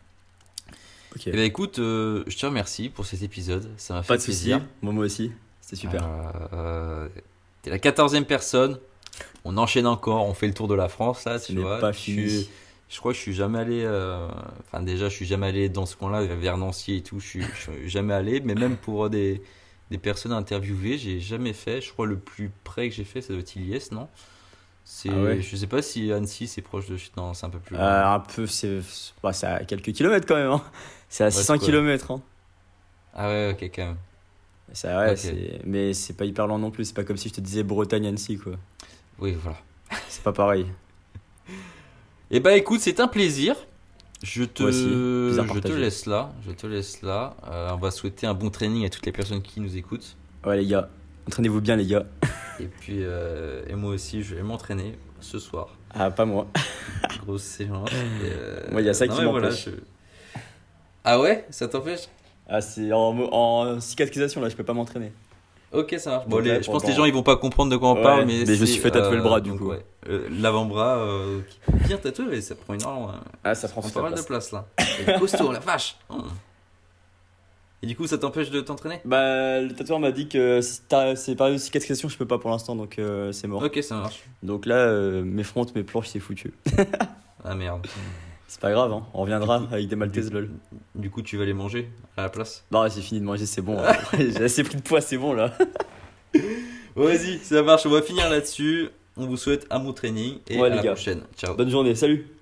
S1: Ok.
S2: Eh ben, écoute, euh, je te remercie pour cet épisode. Ça m'a fait
S1: Pas de soucis.
S2: plaisir.
S1: Moi, moi aussi. C'était super.
S2: Euh, euh, T'es la quatorzième personne. On enchaîne encore. On fait le tour de la France là.
S1: Ce
S2: Tu
S1: n'est
S2: vois.
S1: pas
S2: Je suis-
S1: fini.
S2: Je crois que je suis jamais allé. euh, Enfin déjà, je suis jamais allé dans ce coin-là vers Nancy et tout. Je suis, je suis jamais allé. Mais même pour euh, des des personnes interviewées, j'ai jamais fait. Je crois le plus près que j'ai fait, ça doit être Iliès, non C'est.
S1: Ah ouais.
S2: Je sais pas si Annecy c'est proche de. Non, c'est un peu plus. loin.
S1: Euh, un peu, c'est bah, c'est à quelques kilomètres quand même. hein. C'est à 600
S2: quoi.
S1: kilomètres. Hein.
S2: Ah ouais, ok, quand même.
S1: Ça, ouais,
S2: Ok.
S1: c'est- Mais c'est pas hyper loin non plus. C'est pas comme si je te disais Bretagne-Annecy. quoi.
S2: Oui, voilà.
S1: C'est pas pareil.
S2: Eh ben écoute, c'est un plaisir. Je te,
S1: Moi aussi, plaisir
S2: je te
S1: partagé.
S2: laisse là. Je te laisse là. Euh, on va souhaiter un bon training à toutes les personnes qui nous écoutent.
S1: Ouais, les gars. Entraînez-vous bien, les gars.
S2: Et puis, euh, et moi aussi, je vais m'entraîner ce soir.
S1: Ah, pas moi.
S2: Grosse séance. et, euh,
S1: Moi, il y a ça
S2: non,
S1: qui
S2: mais voilà,
S1: m'empêche.
S2: je- Ah ouais, ça t'empêche
S1: Ah, c'est en, mo- en cicatrisation là, je peux pas m'entraîner.
S2: Ok, ça marche. Bon,
S1: Donc là,
S2: les- je pense que
S1: pendant-
S2: les gens ils vont pas comprendre de quoi on
S1: Ouais,
S2: parle, mais,
S1: mais je me
S2: c'est,
S1: suis fait tatouer le bras, du
S2: donc,
S1: coup.
S2: ouais. Euh, l'avant-bras, euh, bien tatoué, mais ça prend énormément. hein.
S1: Ah, ça prend
S2: Ça
S1: toute
S2: prend pas
S1: la
S2: mal de
S1: place.
S2: place là. Et costaud, la vache. Hum. Et du coup, ça t'empêche de t'entraîner
S1: Bah, le tatoueur m'a dit que si t'as- c'est pas de cicatrisation, je peux pas pour l'instant, donc euh, c'est mort.
S2: Ok, ça marche.
S1: Donc là, euh, mes frontes, mes planches, c'est foutu.
S2: Ah merde.
S1: C'est pas grave, hein, on reviendra avec des
S2: Du,
S1: Maltese lol.
S2: du coup, tu vas les manger à la place.
S1: Bah, ouais, c'est fini de manger, c'est bon. hein. J'ai assez pris de poids, c'est bon là.
S2: Vas-y, ça marche. On va finir là-dessus. On vous souhaite un bon training et
S1: Ouais,
S2: à
S1: les
S2: la
S1: gars.
S2: prochaine. Ciao.
S1: Bonne journée, salut!